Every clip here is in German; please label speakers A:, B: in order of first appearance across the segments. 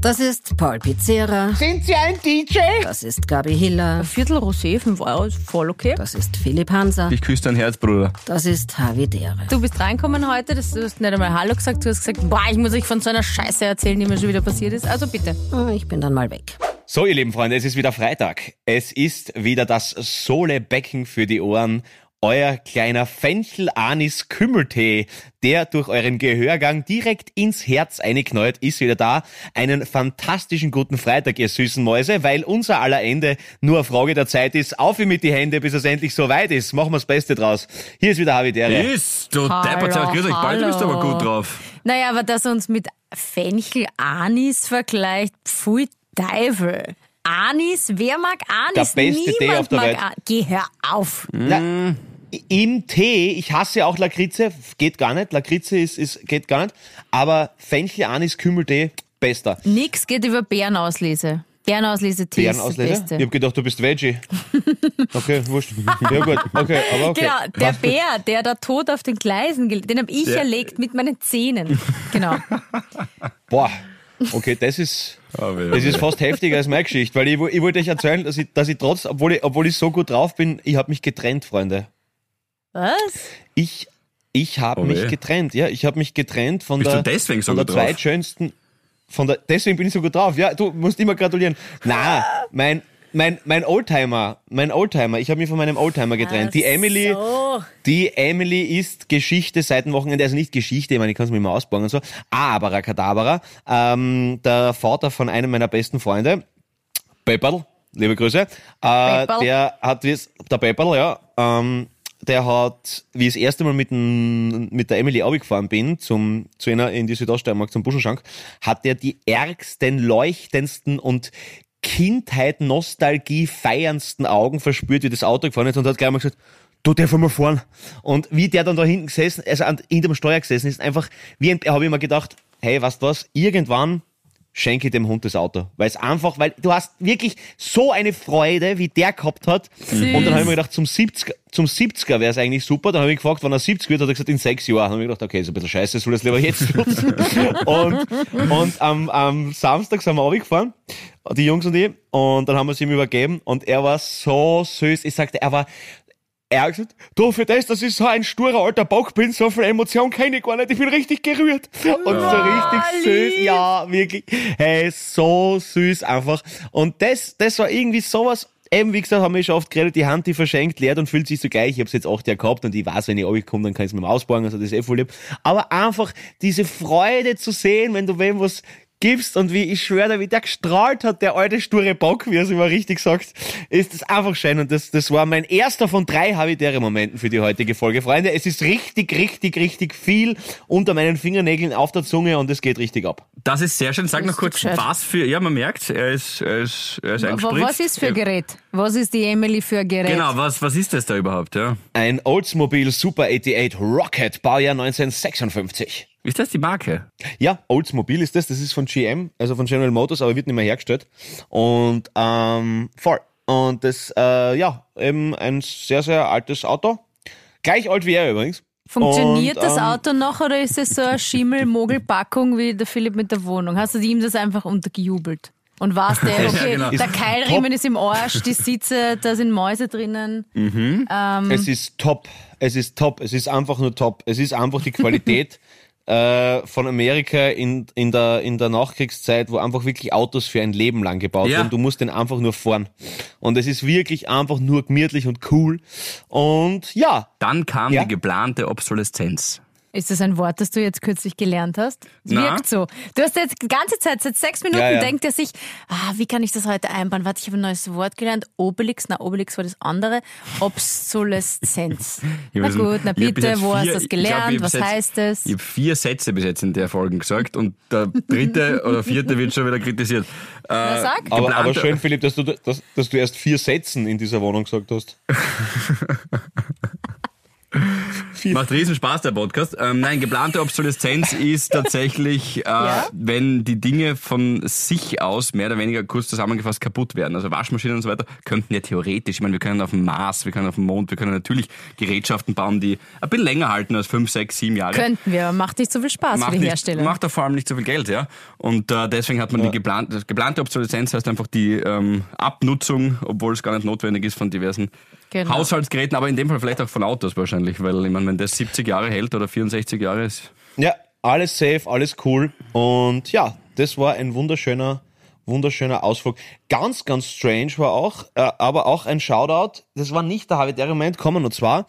A: Das ist Paul Pizzera.
B: Sind Sie ein DJ?
A: Das ist Gabi Hiller.
C: Viertel Rosé, 5 Euro, ist voll okay.
A: Das ist Philipp Hanser.
D: Ich küsse dein Herz, Bruder.
A: Das ist Havi Dere.
C: Du bist reinkommen heute, das, du hast nicht einmal Hallo gesagt, du hast gesagt, boah, ich muss euch von so einer Scheiße erzählen, die mir schon wieder passiert ist. Also bitte.
A: Ah, Ich bin dann mal weg.
E: So, ihr lieben Freunde, es ist wieder Freitag. Es ist wieder das Solebecken für die Ohren. Euer kleiner Fenchel-Anis-Kümmeltee, der durch euren Gehörgang direkt ins Herz einknallt, ist wieder da. Einen fantastischen guten Freitag, ihr süßen Mäuse, weil unser aller Ende nur eine Frage der Zeit ist. Auf ihr mit die Hände, bis es endlich soweit ist. Machen wir das Beste draus. Hier ist wieder Havidere.
D: Ist, du
C: Hallo,
D: deppert, grüß euch. Bald
C: hallo.
D: bist du aber gut drauf.
C: Naja, aber dass er uns mit Fenchel Anis vergleicht, pfui Teufel. Anis, wer mag Anis?
E: Der beste
C: Niemand
E: Tee auf der
C: mag
E: Welt. Hm.
C: Anis. Geh, hör auf.
E: Na, Im Tee, ich hasse auch Lakritze, geht gar nicht. Lakritze ist, ist geht gar nicht. Aber Fenchel-Anis-Kümmeltee, bester.
C: Nix geht über Bärenauslese. Bärenauslese-Tee ist das
E: Bärenauslese? Ich
C: Beste.
E: habe gedacht, du bist Veggie. Okay, wurscht. Ja gut, okay, aber okay.
C: Genau, der Bär, der da tot auf den Gleisen gelegt, den habe ich
D: Der-
C: erlegt mit meinen Zähnen. Genau.
E: Boah, okay, das ist,
D: Ah,
E: das ist fast heftiger als meine Geschichte, weil ich, wo- ich wollte euch erzählen, dass ich, dass ich trotz, obwohl ich, obwohl ich so gut drauf bin, ich habe mich getrennt, Freunde.
C: Was?
E: Ich, ich habe
D: Oh weh.
E: mich getrennt, ja, ich habe mich getrennt von
D: Bist
E: der,
D: du deswegen so
E: von der
D: gut drauf?
E: zweitschönsten, von der, deswegen bin ich so gut drauf, ja, du musst immer gratulieren. Na, mein, mein, mein Oldtimer, mein Oldtimer, ich habe mich von meinem Oldtimer getrennt. Die Emily,
C: Ah, So.
E: Die Emily ist Geschichte seit dem Wochenende, also nicht Geschichte, ich meine, ich kann es mir immer ausbauen und so. Aber Kadabra, ähm, der Vater von einem meiner besten Freunde, Pepperl, liebe Grüße, äh,
C: Pepperl.
E: der hat, wie's- der Pepperl, ja, ähm, der hat, wie ich das erste Mal mit, dem, mit der Emily Abi gefahren bin, zum, zu einer in die Südoststeiermark zum Buschenschank, hat der die ärgsten, leuchtendsten und Kindheit, Nostalgie, feierndsten Augen verspürt, wie das Auto gefahren ist und hat gleich mal gesagt, du darf mal fahren. Und wie der dann da hinten gesessen, also an, hinterm Steuer gesessen ist, einfach, wie ein, habe ich mir gedacht, hey, weißt du was, irgendwann schenke dem Hund das Auto. Weil es einfach, weil du hast wirklich so eine Freude, wie der gehabt hat. Und dann habe ich mir gedacht, zum 70er, zum 70er wäre es eigentlich super. Dann habe ich gefragt, wann er 70 wird, hat er gesagt, in sechs Jahren. Dann habe ich gedacht, okay, ist ein bisschen scheiße, soll das lieber jetzt tun. und und am, am Samstag sind wir runtergefahren, die Jungs und ich, und dann haben wir es ihm übergeben und er war so süß. Ich sagte, er war er hat gesagt, du, für das, dass ich so ein sturer alter Bock bin, so viel Emotion kenne ich gar nicht, ich bin richtig gerührt. Und so richtig süß, ja, wirklich. Hey, so süß einfach. Und das, das war irgendwie sowas, eben wie gesagt, haben wir schon oft geredet, die Hand, die verschenkt, leert und fühlt sich so gleich. Ich habe es jetzt acht Jahre gehabt und ich weiß, wenn ich runterkomme, dann kann ich es mir mal ausbauen, also das ist eh voll lieb. Aber einfach diese Freude zu sehen, wenn du wem was gibst und wie, ich schwöre dir, wie der gestrahlt hat, der alte sture Bock, wie er es immer richtig sagt, ist das einfach schön und das, das war mein erster von drei habitäre Momenten für die heutige Folge. Freunde, es ist richtig, richtig, richtig viel unter meinen Fingernägeln auf der Zunge und es geht richtig ab.
D: Das ist sehr schön. Sag noch kurz,
C: gescheit.
D: was für. Ja, man merkt, er ist, er ist, er ist
C: Aber
D: eingespritzt.
C: was ist für ein
D: Ja,
C: Gerät? Was ist die Emily für ein Gerät?
D: Genau, was, was ist das da überhaupt? Ja?
E: Ein Oldsmobile Super 88 Rocket, Baujahr 1956.
D: Ist das die Marke?
E: Ja, Oldsmobile ist das, das ist von GM, also von General Motors, aber wird nicht mehr hergestellt. Und ähm, voll. Und das, äh, ja, eben ein sehr, sehr altes Auto. Gleich alt wie er übrigens.
C: Funktioniert
E: Und,
C: das
E: ähm,
C: Auto noch oder ist es so eine Schimmel-Mogel-Packung wie der Philipp mit der Wohnung? Hast du ihm das einfach untergejubelt? Und warst der, okay,
D: genau.
C: der Keilriemen ist im Arsch, die Sitze, da sind Mäuse drinnen.
E: Es ist top. Es ist top. Es ist einfach nur top. Es ist einfach die Qualität äh, von Amerika in, in, der, in der Nachkriegszeit, wo einfach wirklich Autos für ein Leben lang gebaut
D: Ja.
E: werden. Du musst den einfach nur fahren. Und es ist wirklich einfach nur gemütlich und cool. Und ja,
D: Dann kam
E: Ja.
D: die geplante Obsoleszenz.
C: Ist das ein Wort, das du jetzt kürzlich gelernt hast? Es
D: Na?
C: Wirkt so. Du hast jetzt die ganze Zeit, seit sechs Minuten
E: Ja, ja.
C: denkt er sich, ah, wie kann ich das heute einbauen? Warte, ich habe ein neues Wort gelernt. Obelix, na Obelix war das andere. Obsoleszenz.
D: Ich
C: na
D: weiß nicht,
C: gut, na
D: ich hab bis
C: bitte,
D: jetzt
C: wo hast
D: vier-
C: du das
D: ich glaub, ich hab
C: gelernt?
D: bis
C: Was
D: jetzt-
C: heißt das?
D: Ich habe vier Sätze bis jetzt in der Folge gesagt und der dritte oder vierte wird schon wieder kritisiert. Äh,
C: Na, sag.
E: Aber,
D: Geplante-
E: aber schön, Philipp, dass du, dass, dass du erst vier Sätzen in dieser Wohnung gesagt hast. viel.
D: Macht riesen Spaß, der Podcast. Ähm, nein, geplante Obsoleszenz ist tatsächlich, äh, wenn die Dinge von sich aus mehr oder weniger kurz zusammengefasst kaputt werden. Also Waschmaschinen und so weiter könnten ja theoretisch, ich meine, wir können auf dem Mars, wir können auf dem Mond, wir können natürlich Gerätschaften bauen, die ein bisschen länger halten als fünf, sechs, sieben Jahre.
C: Könnten wir, aber macht nicht so viel Spaß für die
D: nicht,
C: Hersteller.
D: Macht da vor allem nicht so viel Geld, ja. Und äh, deswegen hat man die geplante, geplante Obsoleszenz, heißt einfach die ähm, Abnutzung, obwohl es gar nicht notwendig ist von diversen
C: Genau.
D: Haushaltsgeräten, aber in dem Fall vielleicht auch von Autos wahrscheinlich, weil ich meine, wenn das 70 Jahre hält oder 64 Jahre ist.
E: Ja, alles safe, alles cool. Und ja, das war ein wunderschöner, wunderschöner Ausflug. Ganz, ganz strange war auch, äh, aber auch ein Shoutout. Das war nicht der Habitäre-Moment, kommen und zwar.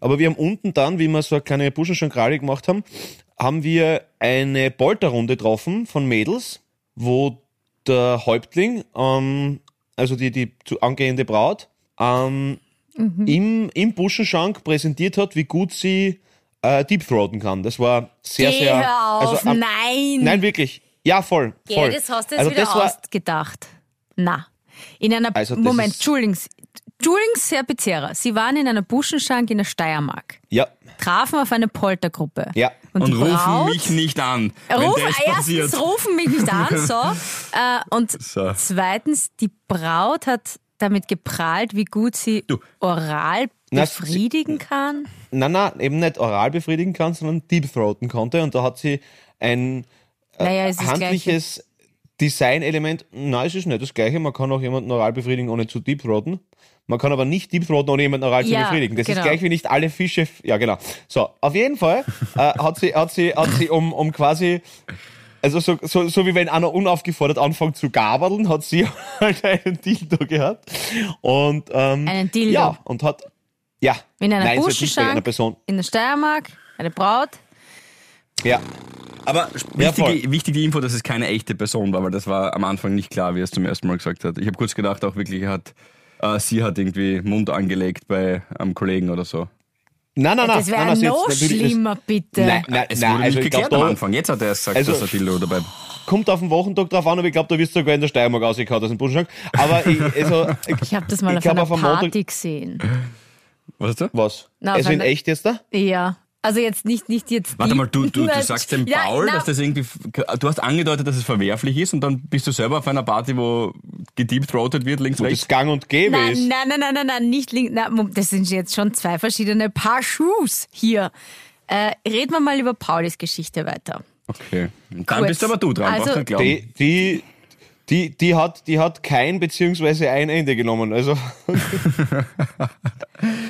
E: Aber wir haben unten dann, wie wir so eine kleine Buschenschonkrale gemacht haben, haben wir eine Bolterrunde getroffen von Mädels, wo der Häuptling, ähm, also die, die zu angehende Braut, ähm,
C: Mhm.
E: im, im Buschenschank präsentiert hat, wie gut sie äh, Deepthroaten kann. Das war sehr,
C: Geh
E: sehr.
C: hör auf,
E: am-
C: nein.
E: Nein, wirklich. Ja, voll.
C: Geh,
E: voll.
C: das hast du jetzt
E: also
C: wieder
E: das war,
C: ausgedacht. Na, in einer,
E: Also das
C: Moment,
E: ist-
C: Entschuldigung, Entschuldigung, Herr Pizzerra, Sie waren in einer Buschenschank in der Steiermark,
E: Ja,
C: trafen auf eine Poltergruppe.
E: Ja.
C: Und,
D: Und
C: die
D: rufen
C: Braut,
D: mich nicht an. wenn
C: Rufen,
D: das passiert.
C: erstens rufen mich nicht an, so. Äh, und
D: So.
C: zweitens, die Braut hat damit geprahlt, wie gut sie
D: Du.
C: oral
E: Na, äh,
C: befriedigen kann.
E: na, na, eben nicht oral befriedigen kann, sondern Deepthroaten konnte. Und da hat sie ein
C: Naja, es ist das Gleiche.
E: handliches Designelement. Nein, es ist nicht das Gleiche. Man kann auch jemanden oral befriedigen, ohne zu deepthroaten. Man kann aber nicht deepthroaten, ohne jemanden oral
C: Ja,
E: zu befriedigen. Das
C: genau.
E: ist gleich wie nicht alle Fische. f- Ja, genau. So, auf jeden Fall äh, hat sie, hat sie, hat sie um, um quasi. Also so, so, so wie wenn einer unaufgefordert anfängt zu gaberln, hat sie halt einen Dildo gehabt. Und, ähm,
C: Einen Dildo.
E: Ja, und hat, ja.
C: In einer
E: Nein, es hat nicht bei einer
C: Buschenschank,
E: Person.
C: in der Steiermark, eine Braut.
E: Ja,
D: Aber
E: Ja,
D: wichtige, wichtige Info, dass es keine echte Person war, weil das war am Anfang nicht klar, wie er es zum ersten Mal gesagt hat. Ich habe kurz gedacht, auch wirklich er hat, äh, sie hat irgendwie Mund angelegt bei einem Kollegen oder so.
E: Nein, nein, nein.
C: Das wäre
E: nein, nein, sie hat
C: noch
E: natürlich- das-
C: schlimmer, bitte.
E: Nein, nein,
D: Es
E: nein,
D: wurde
E: also
D: nicht
E: ich glaub,
D: geklärt
E: da-
D: am Anfang. Jetzt hat er es gesagt,
E: Also-
D: dass er Dildo dabei
E: kommt auf den Wochentag drauf an, aber ich glaube, da wirst du sogar in der Steiermark rausgehauen aus dem Buschenschlag. Aber ich, also,
C: Ich habe das mal
E: Ich
C: auf
E: glaub,
C: einer
E: auf einem
C: Party
E: Montag-
C: gesehen.
D: Weißt du?
E: was?
C: Na, auf
E: also in
C: einer-
E: echt jetzt da?
C: Ja. Also jetzt nicht, nicht jetzt.
D: Warte
C: die-
D: mal, du, du, du
C: Nein,
D: sagst dem
C: ja,
D: Paul,
C: na,
D: dass das irgendwie. Du hast angedeutet, dass es verwerflich ist und dann bist du selber auf einer Party, wo gedeepthroated wird, links,
E: Wo
D: rechts.
E: das gang und gäbe
C: Nein,
E: ist.
C: nein, nein, nein, nein, nein, nicht links. Nein, Mom, das sind jetzt schon zwei verschiedene Paar Schuhs hier. Äh, reden wir mal über Paulis Geschichte weiter.
D: Okay. Und dann
C: Kurz.
D: bist aber du dran,
C: Also-
D: brauchst nicht glauben.
E: Die, die, die, die, hat, die hat kein beziehungsweise ein Ende genommen. Also,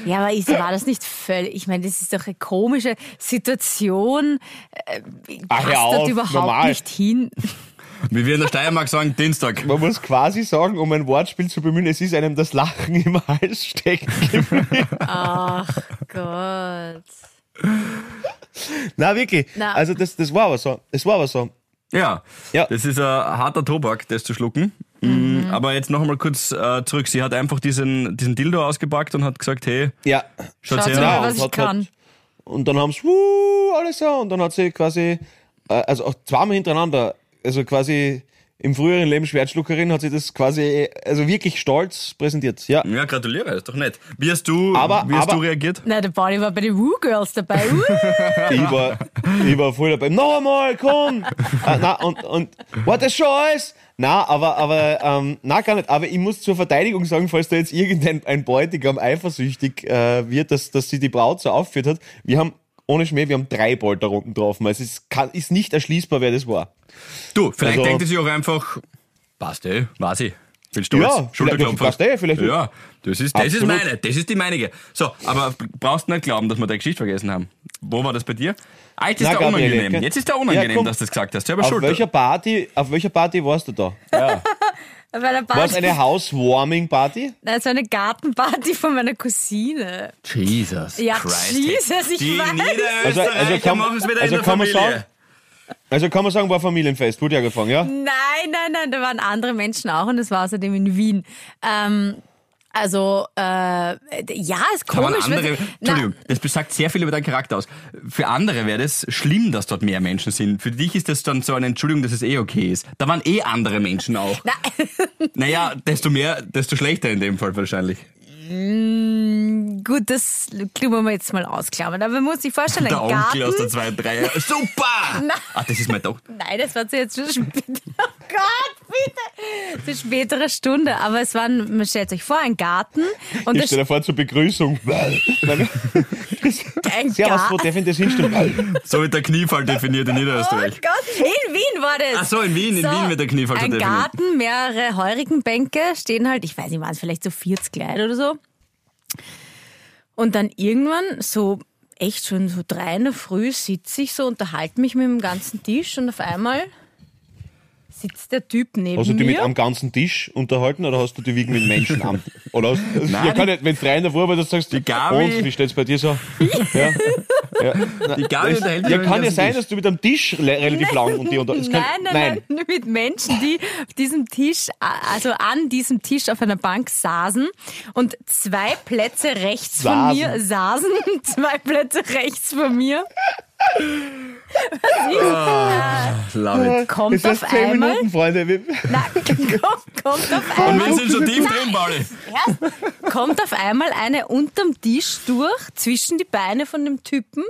C: Ja, aber ist, war das nicht völlig. Ich meine, das ist doch eine komische Situation. Äh,
E: Ach,
C: passt
E: hör
C: dort
E: auf,
C: überhaupt
E: normal.
C: nicht hin.
D: Wie wir in der Steiermark sagen, Dienstag.
E: man muss quasi sagen, um ein Wortspiel zu bemühen, es ist einem das Lachen im Hals stecken geblieben.
C: Ach Gott.
E: Na wirklich.
C: Na.
E: Also, das, das war aber so. Das war aber so.
D: Ja.
E: Ja.
D: Das ist ein harter Tobak, das zu schlucken. Mhm. Aber jetzt noch einmal kurz äh, zurück. Sie hat einfach diesen, diesen Dildo ausgepackt und hat gesagt, hey,
E: Ja.
D: schaut
C: Schaut
D: her.
C: mal,
E: Ja,
C: was
E: und
C: ich
E: hat-
C: kann.
E: hat- Und dann haben sie wuh, alles so und dann hat sie quasi, äh, also auch zweimal hintereinander, also quasi im früheren Leben Schwertschluckerin hat sie das quasi, also wirklich stolz präsentiert. Ja,
D: Ja, gratuliere, ist doch nett. Wie hast du,
E: Aber-
D: wie hast
E: aber-
D: du reagiert?
C: Nein, der Pauli war bei den Woo Girls dabei. Uh.
E: ich war, ich war voll dabei. Noch einmal, komm! Äh, na, und, und, what a choice! Na, aber, aber, ähm, na, gar nicht. Aber ich muss zur Verteidigung sagen, falls da jetzt irgendein ein Bräutigam eifersüchtig äh, wird, dass, dass sie die Braut so aufgeführt hat. Wir haben, ohne Schmäh, wir haben drei Bolter unten drauf. Es ist, kann, ist nicht erschließbar, wer das war.
D: Du, vielleicht
E: Also-
D: denkt sie sich auch einfach, passt eh, weiß ich. Bin stolz.
E: Ja,
D: Schulterklopfer.
E: vielleicht- passt eh, vielleicht-
D: ja, das ist, das ist
E: Absolut.
D: meine, das ist die meinige. So, aber brauchst nicht glauben, dass wir deine Geschichte vergessen haben. Wo war das bei dir? Ah, jetzt ist
E: Na,
D: der
E: Gabriele,
D: unangenehm.
E: gell?
D: Jetzt ist der
E: Ja,
D: unangenehm,
E: komm.
D: dass du das gesagt hast. Selber
E: Auf
D: schuld.
E: welcher, Party, auf welcher Party warst du da?
C: Bei der
E: War es
C: Party.
E: eine Housewarming-Party?
C: Nein, so eine Gartenparty von meiner Cousine.
D: Jesus
C: Ja,
D: Christ.
C: Jesus, ich
D: die
C: weiß.
E: Also-
D: Niederösterreicher
E: also kann-
D: machen es wieder
E: also
D: in der
E: kann man
D: Familie.
E: sagen- Also kann man sagen, war Familienfest, wurde ja angefangen, ja?
C: Nein, nein, nein, da waren andere Menschen auch und das war außerdem in Wien. Ähm, also, äh, ja, ist
D: Aber
C: komisch.
D: andere,
C: weil- Na,
D: Entschuldigung, das besagt sehr viel über deinen Charakter aus. Für andere wäre das schlimm, dass dort mehr Menschen sind. Für dich ist das dann so eine Entschuldigung, dass es eh okay ist. Da waren eh andere Menschen auch.
C: Na,
D: Naja, desto mehr, desto schlechter in dem Fall wahrscheinlich.
C: gut, das können wir jetzt mal ausklammern. Aber man muss sich vorstellen,
D: Der
C: ein
D: Onkel aus der
C: Garten...
D: 2 3 Super! Ah, das ist meine Tochter.
C: Nein, das war zu jetzt schon spät. Oh Gott, bitte! Zu späterer Stunde. Aber es waren, man stellt sich vor, ein Garten. Und
E: Ich
C: das
E: stelle vor zur Begrüßung.
C: ein
E: Servus,
C: Garten.
E: wo darf ich das hinstellen?
D: So wird der Kniefall definiert in
C: Oh
D: Niederösterreich.
C: Gott, in Wien war das.
D: Ach so, in Wien, in Wien wird der Kniefall so
C: Ein
D: definiert.
C: Garten, mehrere Heurigenbänke stehen halt, ich weiß nicht, waren es vielleicht so 40 Leute oder so. Und dann irgendwann, so echt schon so drei in der Früh, sitze ich so, unterhalte mich mit dem ganzen Tisch und auf einmal sitzt der Typ neben
E: Hast du die mit
C: mir.
E: am ganzen Tisch unterhalten oder hast du die wegen mit Menschen am? Oder hast, Nein. Ja, kann nicht, wenn es rein davor war, dass du sagst, die
D: Gabi-
E: Und wie steht's bei dir so? Ja, ja.
D: Die Gabi unterhält
E: ja
D: sich
E: kann
D: mit
E: ja
D: dem
E: sein,
D: Tisch.
E: dass du mit am Tisch le- relativ lang und die unter. es
C: nein,
E: kann-
C: nein, nein, mit Menschen, die auf diesem Tisch, also an diesem Tisch auf einer Bank saßen und zwei Plätze rechts von
E: Saßen.
C: mir saßen, zwei Plätze rechts von mir.
D: Love it.
C: Kommt
E: Es ist
C: auf
E: zehn
C: einmal.
E: Minuten, Freunde. Wir-
C: Na, kommt, kommt auf
D: Und
C: einmal.
D: wir sind schon tief drin, Pauli.
C: kommt auf einmal eine unterm Tisch durch, zwischen die Beine von dem Typen.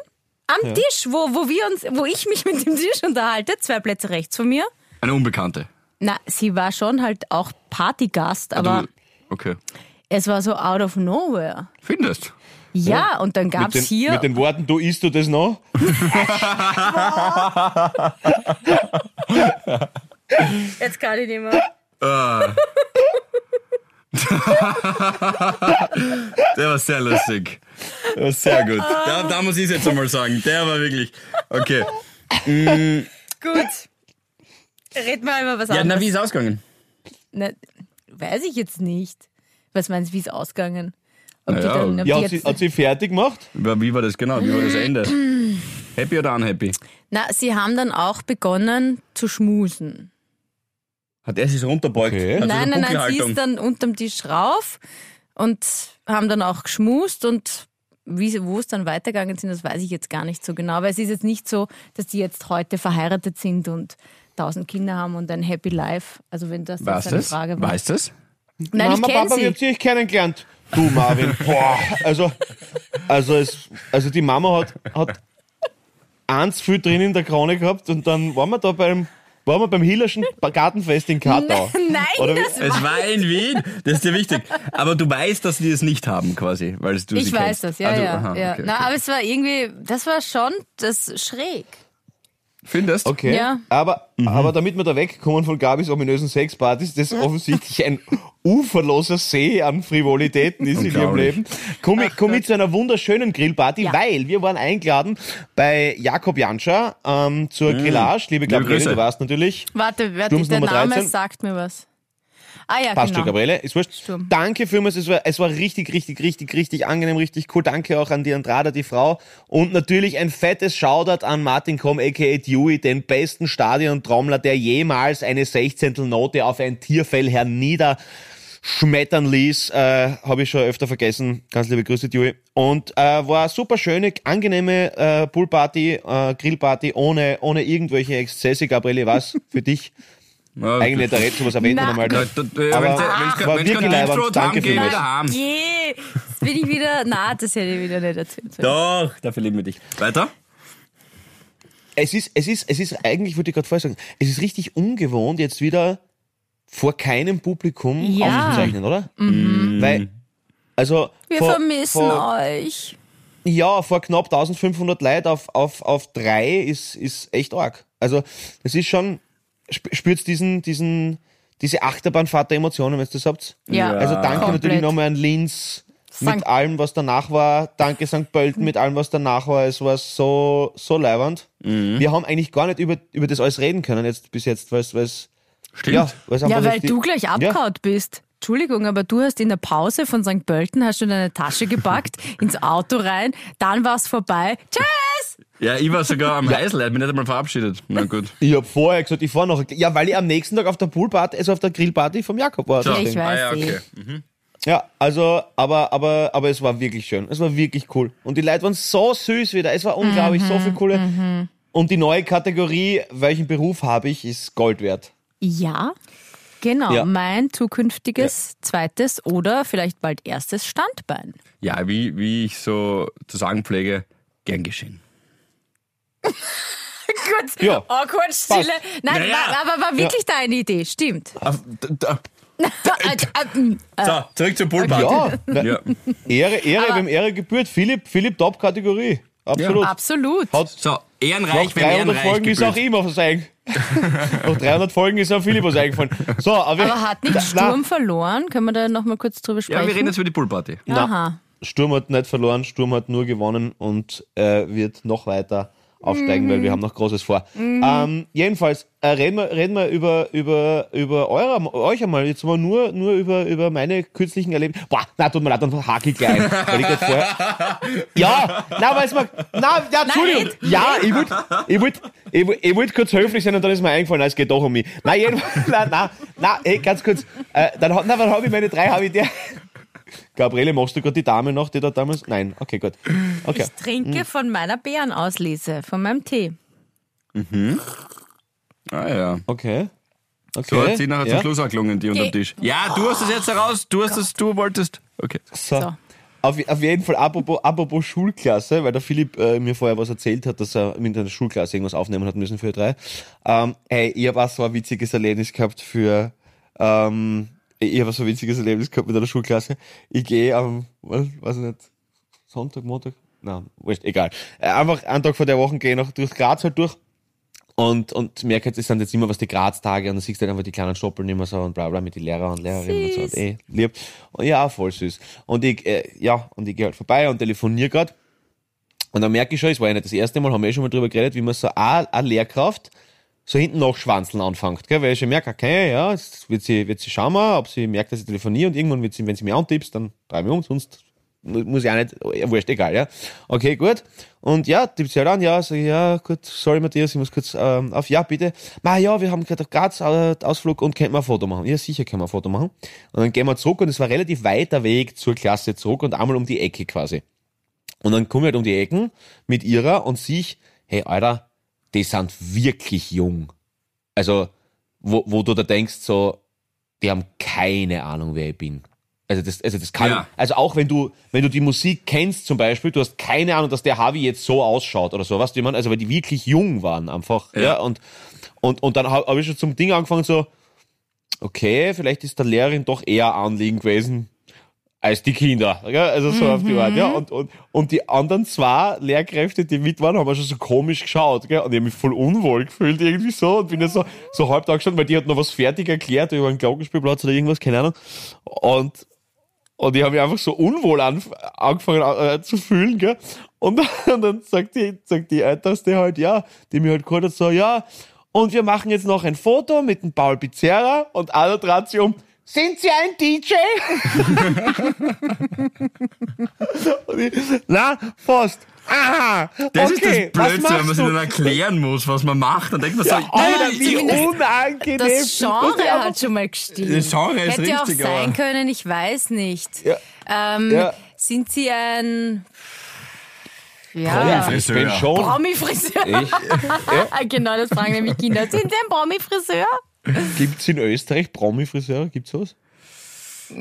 C: Am Tisch, wo, wo wir uns, wo ich mich mit dem Tisch unterhalte, zwei Plätze rechts von mir.
D: Eine Unbekannte.
C: Na, sie war schon halt auch Partygast,
E: Ah,
C: aber
D: Also Du, okay.
C: es war so out of nowhere.
D: Findest.
C: Ja, und dann
E: Mit
C: gab's
E: den,
C: hier.
E: mit den Worten, du isst du das noch?
C: jetzt kann ich nicht mehr.
D: Der war sehr lustig. Der war sehr gut. Da, da muss ich es jetzt einmal sagen. Der war wirklich. Okay.
C: Gut. Red mal über was
D: Ja, na,
C: anderes.
D: wie ist ausgegangen?
C: Na, weiß ich jetzt nicht. Was meinst du, wie ist ausgegangen? Ob
D: Na ja,
C: ob
E: Ja,
C: die
E: hat sie,
C: jetzt,
E: hat sie fertig gemacht?
D: Aber Wie war das genau? Wie war das Ende? Happy oder unhappy?
C: na, sie haben dann auch begonnen zu schmusen.
D: Hat er sich so runterbeugt?
E: Okay.
D: Hat sie so
C: nein, nein, nein, sie
D: Buckelhaltung?
C: ist dann unterm Tisch rauf und haben dann auch geschmust und wie, wo es dann weitergegangen sind, das weiß ich jetzt gar nicht so genau, weil es ist jetzt nicht so, dass die jetzt heute verheiratet sind und tausend Kinder haben und ein Happy Life. Also wenn das jetzt
D: Weißt
C: eine
D: das?
C: Frage war.
D: Weißt das?
C: Nein, ich
E: Mama,
C: kenne
E: Papa, wie
C: sie.
E: habt ihr euch kennengelernt? Du, Marvin. Boah. Also, also, es, also die Mama hat, hat eins viel drin in der Krone gehabt und dann waren wir da beim, waren wir beim Hillerschen Gartenfest in Katau.
C: Nein,
E: Oder wie- Also
C: das
D: Es war in Wien, das ist dir wichtig. Aber du weißt, dass die es nicht haben, quasi, weil du sie
C: Ich weiß
D: kennst.
C: das, ja,
E: Also,
D: Ah, du-
C: ja.
D: aha,
C: ja.
D: okay,
C: Na,
D: okay.
C: aber es war irgendwie, das war schon das schräg.
D: Findest?
E: Okay.
C: Ja.
E: Aber,
D: Mhm.
E: aber damit wir da wegkommen von Gabis ominösen Sexpartys, das offensichtlich ein uferloser See an Frivolitäten ist in ihrem
D: Unglaublich.
E: Leben, komme ich, komm ich zu einer wunderschönen Grillparty,
C: Ja.
E: weil wir waren eingeladen bei Jakob Janscha ähm, zur Grillage. Liebe Gabriele,
D: Mhm. Grüße.
E: du warst natürlich.
C: Warte, warte
E: Sturms
C: der
E: Nummer
C: Name
E: 13.
C: sagt mir was. Ah ja,
E: Passt
C: genau.
E: schon, Gabriele. Ist wurscht.
C: Sturm.
E: Danke vielmals. Es war, es war richtig, richtig, richtig, richtig angenehm, richtig cool. Danke auch an die Andrada, die Frau. Und natürlich ein fettes Shoutout an Martin Komm, a.k.a. Dewey, den besten Stadion-Trommler, der jemals eine 16. Note auf ein Tierfell hernieder schmettern ließ, äh, habe ich schon öfter vergessen. Ganz liebe Grüße, Dewey. Und äh, war eine super schöne, angenehme äh, Poolparty, äh, Grillparty ohne, ohne irgendwelche Exzesse. Gabriele, was für dich?
D: Ja,
E: Eigentlich nicht, da redet sowas erwähnt man
C: Na.
E: einmal.
D: Da,
E: nicht.
D: da, da,
E: Aber
D: wenn's- wenn's kein-
E: war
D: wenn's kein
E: wirklich
D: Deep
E: leibend.
D: Throat
E: Danke
D: haben, gehen wir
E: vielmals.
D: wieder haben.
C: Je, jetzt bin ich wieder, na, das hätte ich wieder nicht erzählen sollen.
D: Doch, dafür lieben wir dich. Weiter?
E: Es ist, es ist, es ist eigentlich, wollte ich gerade vorher sagen, es ist richtig ungewohnt, jetzt wieder vor keinem Publikum
C: Ja. Mhm.
E: aufzuzeichnen, oder? Mhm. Weil, also,
C: Wir
E: vor,
C: vermissen
E: vor,
C: euch.
E: Ja, vor knapp 1500 Leuten auf, auf, auf drei ist, ist echt arg. Also, das ist schon, sp- spürt's diesen, diesen, diese Achterbahnfahrt der Emotionen, wenn du das habt.
C: Ja,
E: Also danke
C: Komplett.
E: natürlich nochmal an Linz
C: Sankt-
E: mit allem, was danach war. Danke St. Pölten mit allem, was danach war. Es war so, so leiwand. Wir haben eigentlich gar nicht über, über das alles reden können jetzt bis jetzt, weil es, weil es,
D: Stimmt.
E: ja, weil es
C: Ja,
E: einfach
C: weil
E: nicht die-
C: du gleich abgehaut bist. Entschuldigung, aber du hast in der Pause von St. Pölten hast du deine Tasche gepackt, ins Auto rein, dann war es vorbei. Tschüss!
D: Ja, ich war sogar am Heisel, er hat mich nicht einmal verabschiedet. Na gut.
E: Ich hab vorher gesagt, ich fahr noch. Ja, weil ich am nächsten Tag auf der Poolparty, also auf der Grillparty vom Jakob war.
D: So.
C: Ich weiß
D: ah, ja,
C: eh.
D: okay.
E: Ja, also, aber, aber, aber es war wirklich schön. Es war wirklich cool. Und die Leute waren so süß wieder. Es war unglaublich,
C: Mhm,
E: so viel coole. Und die neue Kategorie, welchen Beruf habe ich, ist Gold wert.
C: Ja, Genau,
E: Ja.
C: mein zukünftiges zweites oder vielleicht bald erstes Standbein.
D: Ja, wie, wie ich so zu sagen pflege, gern geschehen.
C: Gut,
E: Ja.
C: awkward, Stille. Nein,
D: Naja.
C: war, aber war wirklich deine Idee, stimmt.
E: ah.
C: Äh, äh, äh,
D: So, zurück zur Poolparty.
E: Ja, na,
D: Ja.
E: Ehre, Ehre, wem Ehre gebührt. Philipp, Philipp Top-Kategorie. Absolut.
C: Absolut.
E: Hat
D: So,
E: nach
D: ehrenreich, wenn
E: 300
D: ehrenreich
E: Folgen ist auch
D: gebührt.
E: ihm was eingefallen. nach 300 Folgen ist auch Philipp was eingefallen. So, aber,
C: Aber hat nicht
E: Na,
C: Sturm verloren? Können wir da nochmal kurz drüber
E: eh
C: sprechen?
D: Ja, wir reden jetzt über die Poolparty.
E: Na,
C: Aha.
E: Sturm hat nicht verloren, Sturm hat nur gewonnen und äh, wird noch weiter aufsteigen, weil wir haben noch Großes vor. Ähm, jedenfalls, äh, reden, wir, reden wir über, über, über eure, euch einmal. Jetzt mal nur, nur über, über meine kürzlichen Erlebnisse. Boah, na, tut mir leid, dann hake ich gleich ein. Weil ich grad vorher... Ja, na, weil es mir. Na, ja, Entschuldigung.
C: red,
E: ja, ich wollte ich wollt, ich wollt, ich wollt kurz höflich sein und dann ist mir eingefallen, nein, es geht doch um mich. Nein, jedenfalls, nein, nein, nein, ey, ganz kurz. Äh, dann hab- na, dann habe ich meine drei, habe ich dir. Gabriele, machst du gerade die Dame noch, die da damals. Nein, okay, gut. Okay.
C: Ich trinke von meiner Bärenauslese, von meinem Tee.
D: Ah ja.
E: Okay. Okay.
D: Du hast sie nachher
E: ja.
D: zum Schluss auch gelungen, die unter dem
C: Geh.
D: Tisch. Ja, du hast es jetzt heraus. Du hast es, du wolltest. Okay.
E: So.
C: So.
E: Auf, auf jeden Fall, apropos, apropos Schulklasse, weil der Philipp äh, mir vorher was erzählt hat, dass er mit einer Schulklasse irgendwas aufnehmen hat müssen für drei. Ähm, ey, ich habe auch so ein witziges Erlebnis gehabt für, ähm, ich habe so ein witziges Erlebnis gehabt mit einer Schulklasse. Ich gehe am, was- weiß ich nicht, Sonntag, Montag, na, wurscht, egal. Äh, einfach einen Tag vor der Woche gehe ich noch durch Graz halt durch und, und merke jetzt, es sind jetzt immer was die Graz-Tage und dann siehst du halt einfach die kleinen Stoppeln immer so und bla bla mit den Lehrer und Lehrerinnen und
C: Süß.
E: so. Und eh, lieb. Und ja, voll süß. Und ich, äh, ja, und ich gehe halt vorbei und telefoniere gerade. Und dann merke ich schon, es war ja nicht das erste Mal, haben wir eh schon mal drüber geredet, wie man so eine eine Lehrkraft so hinten noch Schwanzeln anfängt, gell? weil ich schon merke, okay, ja, jetzt wird sie, wird sie schauen mal, ob sie merkt, dass ich telefoniere und irgendwann wird sie, wenn sie mich antippst, dann drei ich um, sonst mu- muss ich auch nicht, ja, wurscht, egal, ja. Okay, gut. Und ja, tippt sie halt an, ja, sag ich, ja, gut, sorry Matthias, ich muss kurz ähm, auf, ja, bitte. Ma, ja, wir haben gerade auf Graz äh, Ausflug und können wir ein Foto machen? Ja, sicher können wir ein Foto machen. Und dann gehen wir zurück und es war relativ weiter Weg zur Klasse zurück und einmal um die Ecke quasi. Und dann komme ich halt um die Ecken mit ihrer und sehe ich, hey, Alter, die sind wirklich jung. Also, wo, wo du da denkst, so, die haben keine Ahnung, wer ich bin. Also das, also das kann,
D: Ja.
E: also auch wenn du, wenn du die Musik kennst zum Beispiel, du hast keine Ahnung, dass der Harvey jetzt so ausschaut oder so, weißt du, wie man, also weil die wirklich jung waren einfach, ja, und, und, und dann habe hab ich schon zum Ding angefangen so, okay, vielleicht ist der Lehrerin doch eher ein Anliegen gewesen, als die Kinder. Gell? Also so auf die Art, ja. Und, und, und die anderen zwei Lehrkräfte, die mit waren, haben auch schon so komisch geschaut. Gell? Und ich habe mich voll unwohl gefühlt irgendwie so und bin jetzt so, so halb da gestanden, weil die hat noch was fertig erklärt über einen Glockenspielplatz oder irgendwas, keine Ahnung. Und, und ich habe mich einfach so unwohl anf- angefangen äh, zu fühlen, gell? Und, und dann sagt die, sagt die Älteste halt, ja, die mir halt gehört hat, so, ja, und wir machen jetzt noch ein Foto mit dem Paul Pizzerra und alle dreht sich um, sind Sie ein DJ? und ich, na, fast. Aha,
D: Das
E: okay,
D: ist das Blödste, wenn man
E: was machst
D: sich
E: du?
D: dann erklären muss, was man macht. Dann denkt man so,
E: Ja, Alter,
D: "Ih,
E: wie
D: ih, ih."
E: unangenehm.
C: Das
E: Und ich
C: Genre
E: einfach
C: hat schon mal gestiegen.
D: Das Genre ist
C: Hätte
D: richtig,
C: auch
D: aber-
C: sein können, ich weiß nicht.
E: Ja.
C: Ähm,
E: Ja.
C: Sind Sie ein...
E: Ja,
C: Ja,
D: Promi.
E: ich bin schon.
C: Promi-Friseur.
E: Ich,
C: genau, das fragen nämlich Kinder. Sind Sie ein Promi-Friseur?
E: Gibt's in Österreich Promi-Friseure? Gibt's was?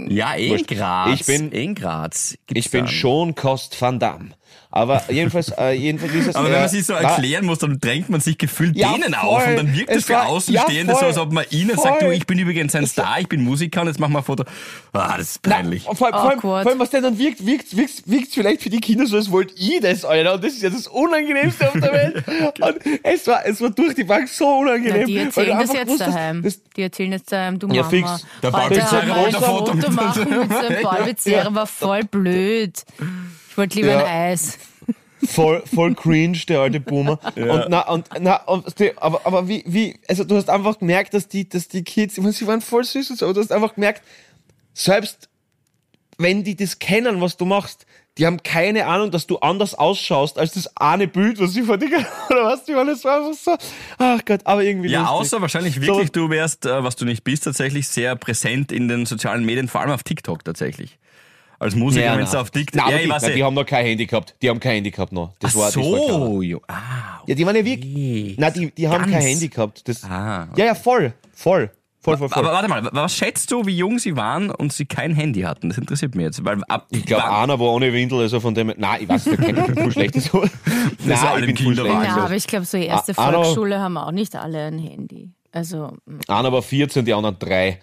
D: Ja, eh in
E: Wurscht.
D: Graz.
E: Ich bin-
D: in Graz. gibt's
E: Ich bin
D: dann.
E: schon Kost Van Damme. Aber jedenfalls, äh, jedenfalls ist es.
D: Aber wenn
E: äh,
D: man sich so
E: na,
D: erklären muss, dann drängt man sich gefühlt
E: Ja,
D: denen
E: voll.
D: auf und dann wirkt es
E: Es
D: für
E: war-
D: Außenstehende
E: ja,
D: so,
E: voll.
D: als ob man ihnen sagt, du,
E: Voll.
D: ich bin übrigens ein Star, ich bin Musiker und jetzt machen wir ein Foto. Ah, das ist
E: na,
D: peinlich.
E: Vor allem, vor allem,
C: Awkward.
E: vor allem was denn dann wirkt, wirkt, wirkt, wirkt vielleicht für die Kinder so, als wollt ich das, Alter. Und das ist ja das Unangenehmste auf der Welt. Und es war, es war durch die Bank so unangenehm.
C: Na, die
E: Genau,
C: erzählen
E: weil du
C: das
E: einfach
C: jetzt
E: wusstest,
C: daheim.
E: Das,
C: die erzählen jetzt daheim, du
E: Ja,
C: Mama.
E: fix.
D: Der Paul
C: Heute
D: Pizzerra
C: haben wir
E: hat
C: ein
E: ein
D: Foto
C: Foto
D: mit seinem-
C: machen mit seinem Ballbezehrer, war voll blöd. Ich wollte lieber
E: Ja.
C: ein Eis.
E: voll, voll cringe, der alte Boomer. Und na, und na, und, die- aber, aber wie, wie, also du hast einfach gemerkt, dass die, dass die Kids, ich meine, sie waren voll süß und so, aber du hast einfach gemerkt, selbst wenn die das kennen, was du machst, die haben keine Ahnung, dass du anders ausschaust als das eine Bild, was sie vor dir oder was die waren. Das war einfach so, ach Gott, aber irgendwie
D: Ja,
E: lustig.
D: außer wahrscheinlich wirklich, du wärst, äh, was du nicht bist, tatsächlich sehr präsent in den sozialen Medien, vor allem auf TikTok tatsächlich. Als Musiker,
E: Ja,
D: wenn
E: na.
D: du auf TikTok...
E: Na, aber
D: ja,
E: die,
D: ich weiß
E: na,
D: eh.
E: die haben noch kein Handy gehabt. Die haben kein Handy gehabt noch. Das war,
D: Ach
E: das war klar.
D: so, jo. ah,
E: Ja, die waren ja wirklich.
D: Okay.
E: Na, die, die haben
D: Ganz.
E: kein Handy gehabt. Das,
D: Ah, okay.
E: Ja, ja, voll. Voll. Voll, voll, voll.
D: Aber warte mal, wa- was schätzt du, wie jung sie waren und sie kein Handy hatten? Das interessiert mich jetzt. Weil ab,
E: ich glaube,
D: wann-
E: einer war ohne Windel, also von dem. Nein, ich weiß nicht, ich bin voll schlecht. So.
D: war
E: Nein, ich
D: einem
E: bin voll
D: Kinderwagen also.
E: schlecht.
D: so.
C: Na, aber ich glaube, so die erste
E: Ah, ah, no.
C: Volksschule haben auch nicht alle ein Handy. Also, mm,
E: Einer war 14, die anderen drei.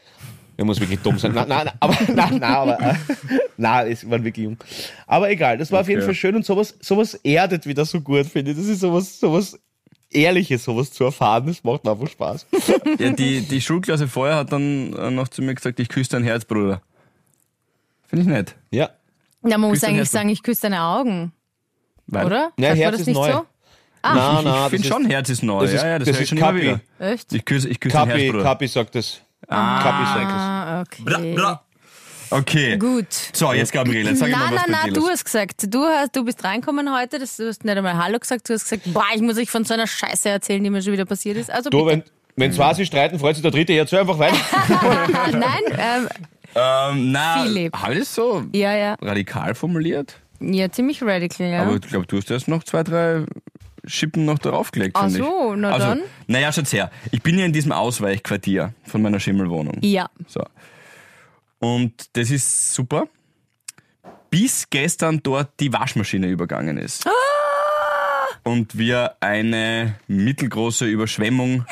E: Er muss wirklich dumm sein. Nein, nein, nein, aber, nein, nein, aber, äh, nein, es waren wirklich jung. Aber egal, das war auf jeden
D: Okay.
E: Fall schön und sowas, sowas erdet wieder so gut, finde ich. Das ist sowas, sowas Ehrliches, sowas zu erfahren. Das macht einfach Spaß.
D: ja, die, die Schulklasse vorher hat dann äh, noch zu mir gesagt, ich küsse dein Herz, Bruder. Finde ich nett.
E: Ja.
C: na, man muss
D: Küss dein
C: eigentlich
D: Herz.
C: sagen, ich küsse deine Augen,
D: Weil
C: oder?
E: Ja,
C: Sagt man
E: Herz
C: das
E: ist
C: nicht
E: neu.
C: so?
E: Nein,
D: Ich
E: nein,
D: finde
E: das
D: schon,
E: ist,
D: Herz ist neu.
E: das ist-
D: ja, ja, das,
E: das
D: höre
E: ist
D: ich schon immer
E: Kapi.
D: wieder.
C: Echt?
D: Ich küsse ich küsse dein
E: Kapi,
D: Herz, Bruder.
E: Kapi sagt das. Kapi sagt das.
C: Ah, okay.
D: Bla, bla. Okay.
C: Gut.
D: So, jetzt Gabriele, jetzt sag ich
C: na,
D: mal was
C: na, na,
D: bei dir
C: du
D: los.
C: hast gesagt, du, hast, du bist reinkommen heute, das, du hast nicht einmal Hallo gesagt, du hast gesagt, boah, ich muss euch von so einer Scheiße erzählen, die mir schon wieder passiert ist. Also
E: Du,
C: bitte.
E: wenn, wenn zwei sich streiten, freut sich der dritte jetzt einfach weiter.
C: Nein, ähm,
D: Ähm, na,
C: Philipp.
D: habe ich das so
C: ja, ja,
D: radikal formuliert?
C: ja, ziemlich radical, ja.
D: Aber ich glaube, du hast erst noch zwei, drei Schippen noch draufgelegt.
C: Ach
D: finde ich.
C: so, na
D: also,
C: dann.
D: Naja, schaut's her. Ich bin ja in diesem Ausweichquartier von meiner Schimmelwohnung.
C: ja,
D: So. Und das ist super. Bis gestern dort die Waschmaschine übergangen ist.
C: Ah!
D: Und wir eine mittelgroße Überschwemmung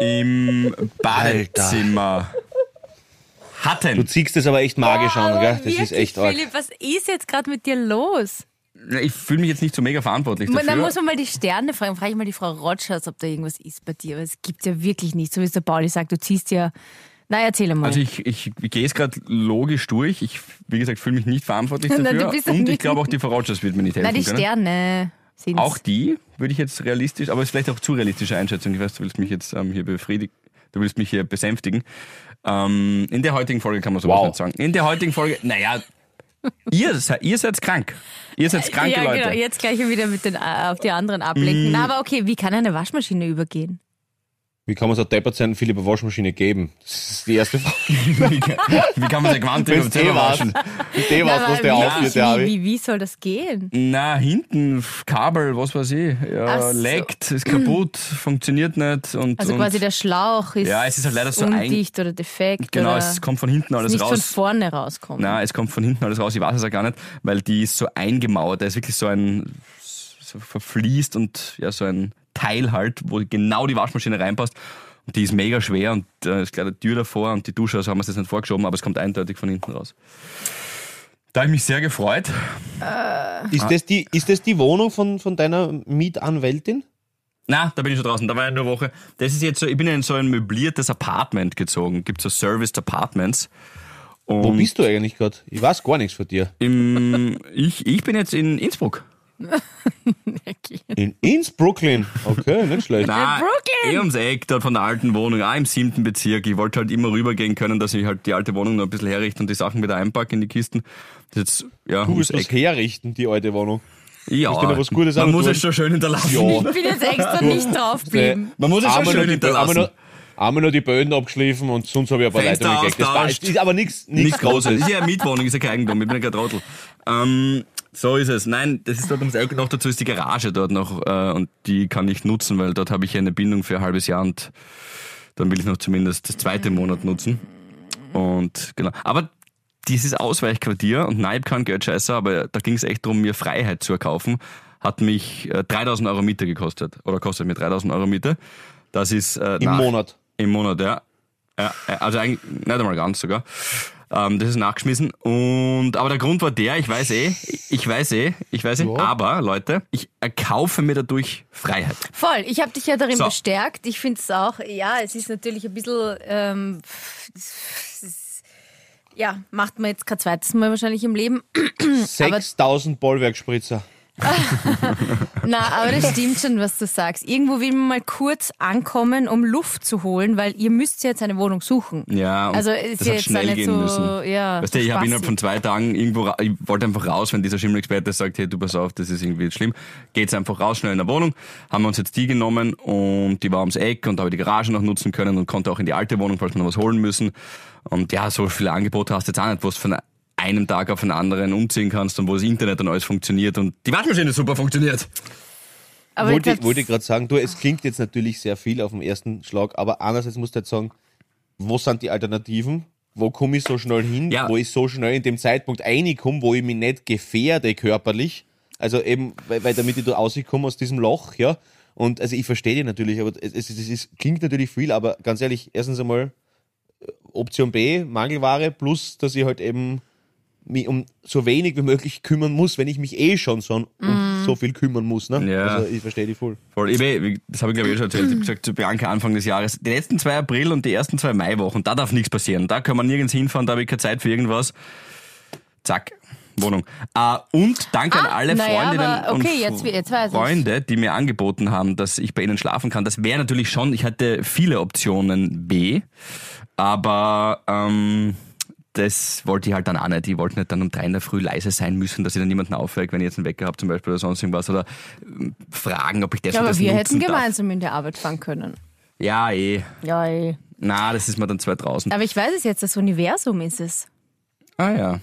D: im Badezimmer hatten.
E: Du ziehst das aber echt magisch an, gell? Das ist echt arg.
C: Oh, Philipp, was ist jetzt gerade mit dir los?
D: Na, Ich fühle mich jetzt nicht so mega verantwortlich dafür.
C: Dann muss man mal die Sterne fragen. Frage ich mal die Frau Rogers, ob da irgendwas ist bei dir. Aber es gibt ja wirklich nichts. So wie es der Pauli sagt, du ziehst ja. Na, erzähl mal.
D: also ich, ich, ich gehe es gerade logisch durch. Ich, wie gesagt, fühle mich nicht verantwortlich
C: Na,
D: dafür.
C: du bist doch
D: Und ich
C: nicht-
D: glaube auch die Frau Rogers wird mir nicht helfen
C: Na, die
D: können.
C: Sterne sind
D: Auch die würde ich jetzt realistisch, aber ist vielleicht auch zu realistische Einschätzung. Ich weiß, du willst mich jetzt ähm, hier befriedigen, du willst mich hier besänftigen. Ähm, in der heutigen Folge kann man sowas
E: Wow.
D: nicht sagen. In der heutigen Folge, naja, ihr, se- ihr seid krank. Ihr seid kranke
C: ja,
D: Leute. Mm.
C: Genau. Jetzt gleich wieder mit den, äh, auf die anderen ablenken. Na, aber okay, wie kann eine Waschmaschine übergehen?
E: Wie kann man so deppert sein, Philipp eine Waschmaschine geben? Das ist die erste Frage.
C: genau.
D: Wie kann- Wie kann man sich Quantik
E: Wenn's
D: im Zimmer
E: eh war's.
D: waschen?
E: Die
C: Na,
E: war's, was
C: aber
E: der
C: wie,
E: aufgeht, der
C: wie,
E: Abi.
C: wie, wie soll das gehen?
D: Na, hinten, f- Kabel, was weiß ich,
C: Ach
D: ja,
C: so.
D: leckt, ist kaputt, funktioniert nicht. Und,
C: Also
D: und
C: quasi der Schlauch ist,
D: Ja, es ist halt leider so ein-
C: undicht oder defekt.
D: Genau,
C: oder
D: es kommt von hinten alles
C: nicht von
D: raus.
C: vorne rauskommt.
D: Na, es kommt von hinten alles raus, ich weiß es auch gar nicht, weil die ist so eingemauert, da ist wirklich so ein so verfließt und ja, so ein Teil halt, wo genau die Waschmaschine reinpasst. Und die ist mega schwer und äh, ist klar, die Tür davor und die Dusche, also haben wir es jetzt nicht vorgeschoben, aber es kommt eindeutig von hinten raus. Da habe ich mich sehr gefreut.
E: Ist das die, ist das die Wohnung von, von deiner Mietanwältin?
D: Na, da bin ich schon draußen, da war ich nur eine Woche. Das ist jetzt so, ich bin in so ein möbliertes Apartment gezogen, gibt so Serviced Apartments.
E: Wo
D: Und
E: bist du eigentlich gerade? Ich weiß gar nichts von dir.
D: Im, ich, ich bin jetzt in Innsbruck.
C: Okay.
E: In Innsbrucklin. Okay, nicht schlecht.
D: Na,
C: In Brooklyn.
D: Eh ums Eck, dort von der alten Wohnung, auch im siebten Bezirk. Ich wollte halt immer rübergehen können, dass ich halt die alte Wohnung noch ein bisschen herrichte und die Sachen wieder einpacke in die Kisten. Das ist jetzt, ja,
E: Du
D: ums
E: musst das
D: Eck.
E: herrichten, die alte Wohnung.
D: Ja,
E: dir noch was Gutes
D: man
E: an-
D: muss
E: tun.
D: es schon schön hinterlassen.
E: Ja.
C: Ich bin jetzt extra nicht drauf geblieben.
D: Man muss es schon
E: Einmal
D: schön
E: nur die Bö-
D: hinterlassen.
E: einmal nur- Einmal nur die Böden abgeschliffen und sonst habe ich ein paar
D: Fenster
E: Leitungen gekriegt. Das war-
D: austauscht.
E: ist aber nichts
D: Nichts Großes. Ist ja eine Mietwohnung, ist ja kein Eigentum, ich bin ja kein Trottel. Ähm, so ist es. Nein, das ist dort ums Eck. Noch dazu ist die Garage dort noch äh, und die kann ich nutzen, weil dort habe ich ja eine Bindung für ein halbes Jahr und dann will ich noch zumindest das zweite Monat nutzen. Und genau. Aber dieses Ausweichquartier und nein, ich kann Geldscheißer, aber da ging es echt darum, mir Freiheit zu erkaufen, hat mich äh, 3000 Euro Miete gekostet. Oder kostet mir 3000 Euro Miete. Das ist äh,
E: Im
D: nach-
E: Monat.
D: im Monat, ja. ja ja, also eigentlich nicht einmal ganz sogar. Ähm, das ist nachgeschmissen. Und, aber der Grund war der, ich weiß eh, ich weiß eh, ich weiß eh, aber Leute, ich erkaufe mir dadurch Freiheit.
C: Voll, ich habe dich ja darin
D: So.
C: bestärkt. Ich finde es auch, ja, es ist natürlich ein bisschen, ähm, pff, es ist, ja, macht man jetzt kein zweites Mal wahrscheinlich im Leben.
E: 6000 Bollwerkspritzer.
C: Na, aber das stimmt schon, was du sagst. Irgendwo will man mal kurz ankommen, um Luft zu holen, weil ihr müsst ja jetzt eine Wohnung suchen.
D: Ja, und
C: also ist
D: das
C: ja
D: hat
C: jetzt
D: schnell
C: auch nicht
D: gehen
C: so,
D: müssen.
C: ja.
D: weißt du, ich habe
C: spaßig.
D: innerhalb von zwei Tagen irgendwo, ra- ich wollte einfach raus, wenn dieser Schimmelexperte sagt, hey, du pass auf, das ist irgendwie jetzt schlimm, geht's einfach raus, schnell in der Wohnung. Haben wir uns jetzt die genommen und die war ums Eck und da habe ich die Garage noch nutzen können und konnte auch in die alte Wohnung, falls wir noch was holen müssen. Und ja, so viele Angebote hast du jetzt auch nicht, wo du von einem Tag auf den anderen umziehen kannst und wo das Internet und alles funktioniert und die Waschmaschine super funktioniert.
C: Aber
E: wollte,
C: jetzt hat's-
E: wollte gerade sagen, du, es klingt jetzt natürlich sehr viel auf dem ersten Schlag, aber andererseits musst du halt sagen, wo sind die Alternativen? Wo komme ich so schnell hin?
D: Ja.
E: Wo ich so schnell in dem Zeitpunkt reinkomme, wo ich mich nicht gefährde körperlich? Also eben, weil, weil damit ich da rauskomme aus diesem Loch, ja. Und also ich verstehe dich natürlich, aber es, es, es, es klingt natürlich viel, aber ganz ehrlich, erstens einmal äh, Option B, Mangelware, plus dass ich halt eben mich um so wenig wie möglich kümmern muss, wenn ich mich eh schon so, um so viel kümmern muss. Ne?
D: Mhm. Ja.
E: Also ich verstehe die voll.
D: Voll. Ich, bin- wie- das habe ich glaube ich eh schon erzählt. Ich habe gesagt, zu Bianca Anfang des Jahres. Die letzten zwei April und die ersten zwei Maiwochen, da darf nichts passieren. Da kann man nirgends hinfahren, da habe ich keine Zeit für irgendwas. Zack, Wohnung. Äh, und danke an
C: Ah,
D: alle
C: na ja,
D: Freundinnen
C: aber
D: und
C: okay, jetzt-
D: Fr-
C: jetzt weiß ich's.
D: Freunde, die mir angeboten haben, dass ich bei ihnen schlafen kann. Das wäre natürlich schon, ich hatte viele Optionen B, aber ähm, das wollte ich halt dann auch nicht. Ich wollte nicht dann um drei in der Früh leise sein müssen, dass ich dann niemanden aufweckt, wenn ich jetzt einen Wecker habe zum Beispiel oder sonst irgendwas oder ähm, fragen, ob ich das
C: Ja,
D: oder
C: aber
D: das
C: wir
D: nutzen
C: hätten
D: darf.
C: gemeinsam in der Arbeit fahren können.
D: Ja, eh.
C: Ja, ey.
D: Na, das ist mir dann zwei draußen.
C: Aber ich weiß es jetzt, das Universum ist es.
D: Ah ja.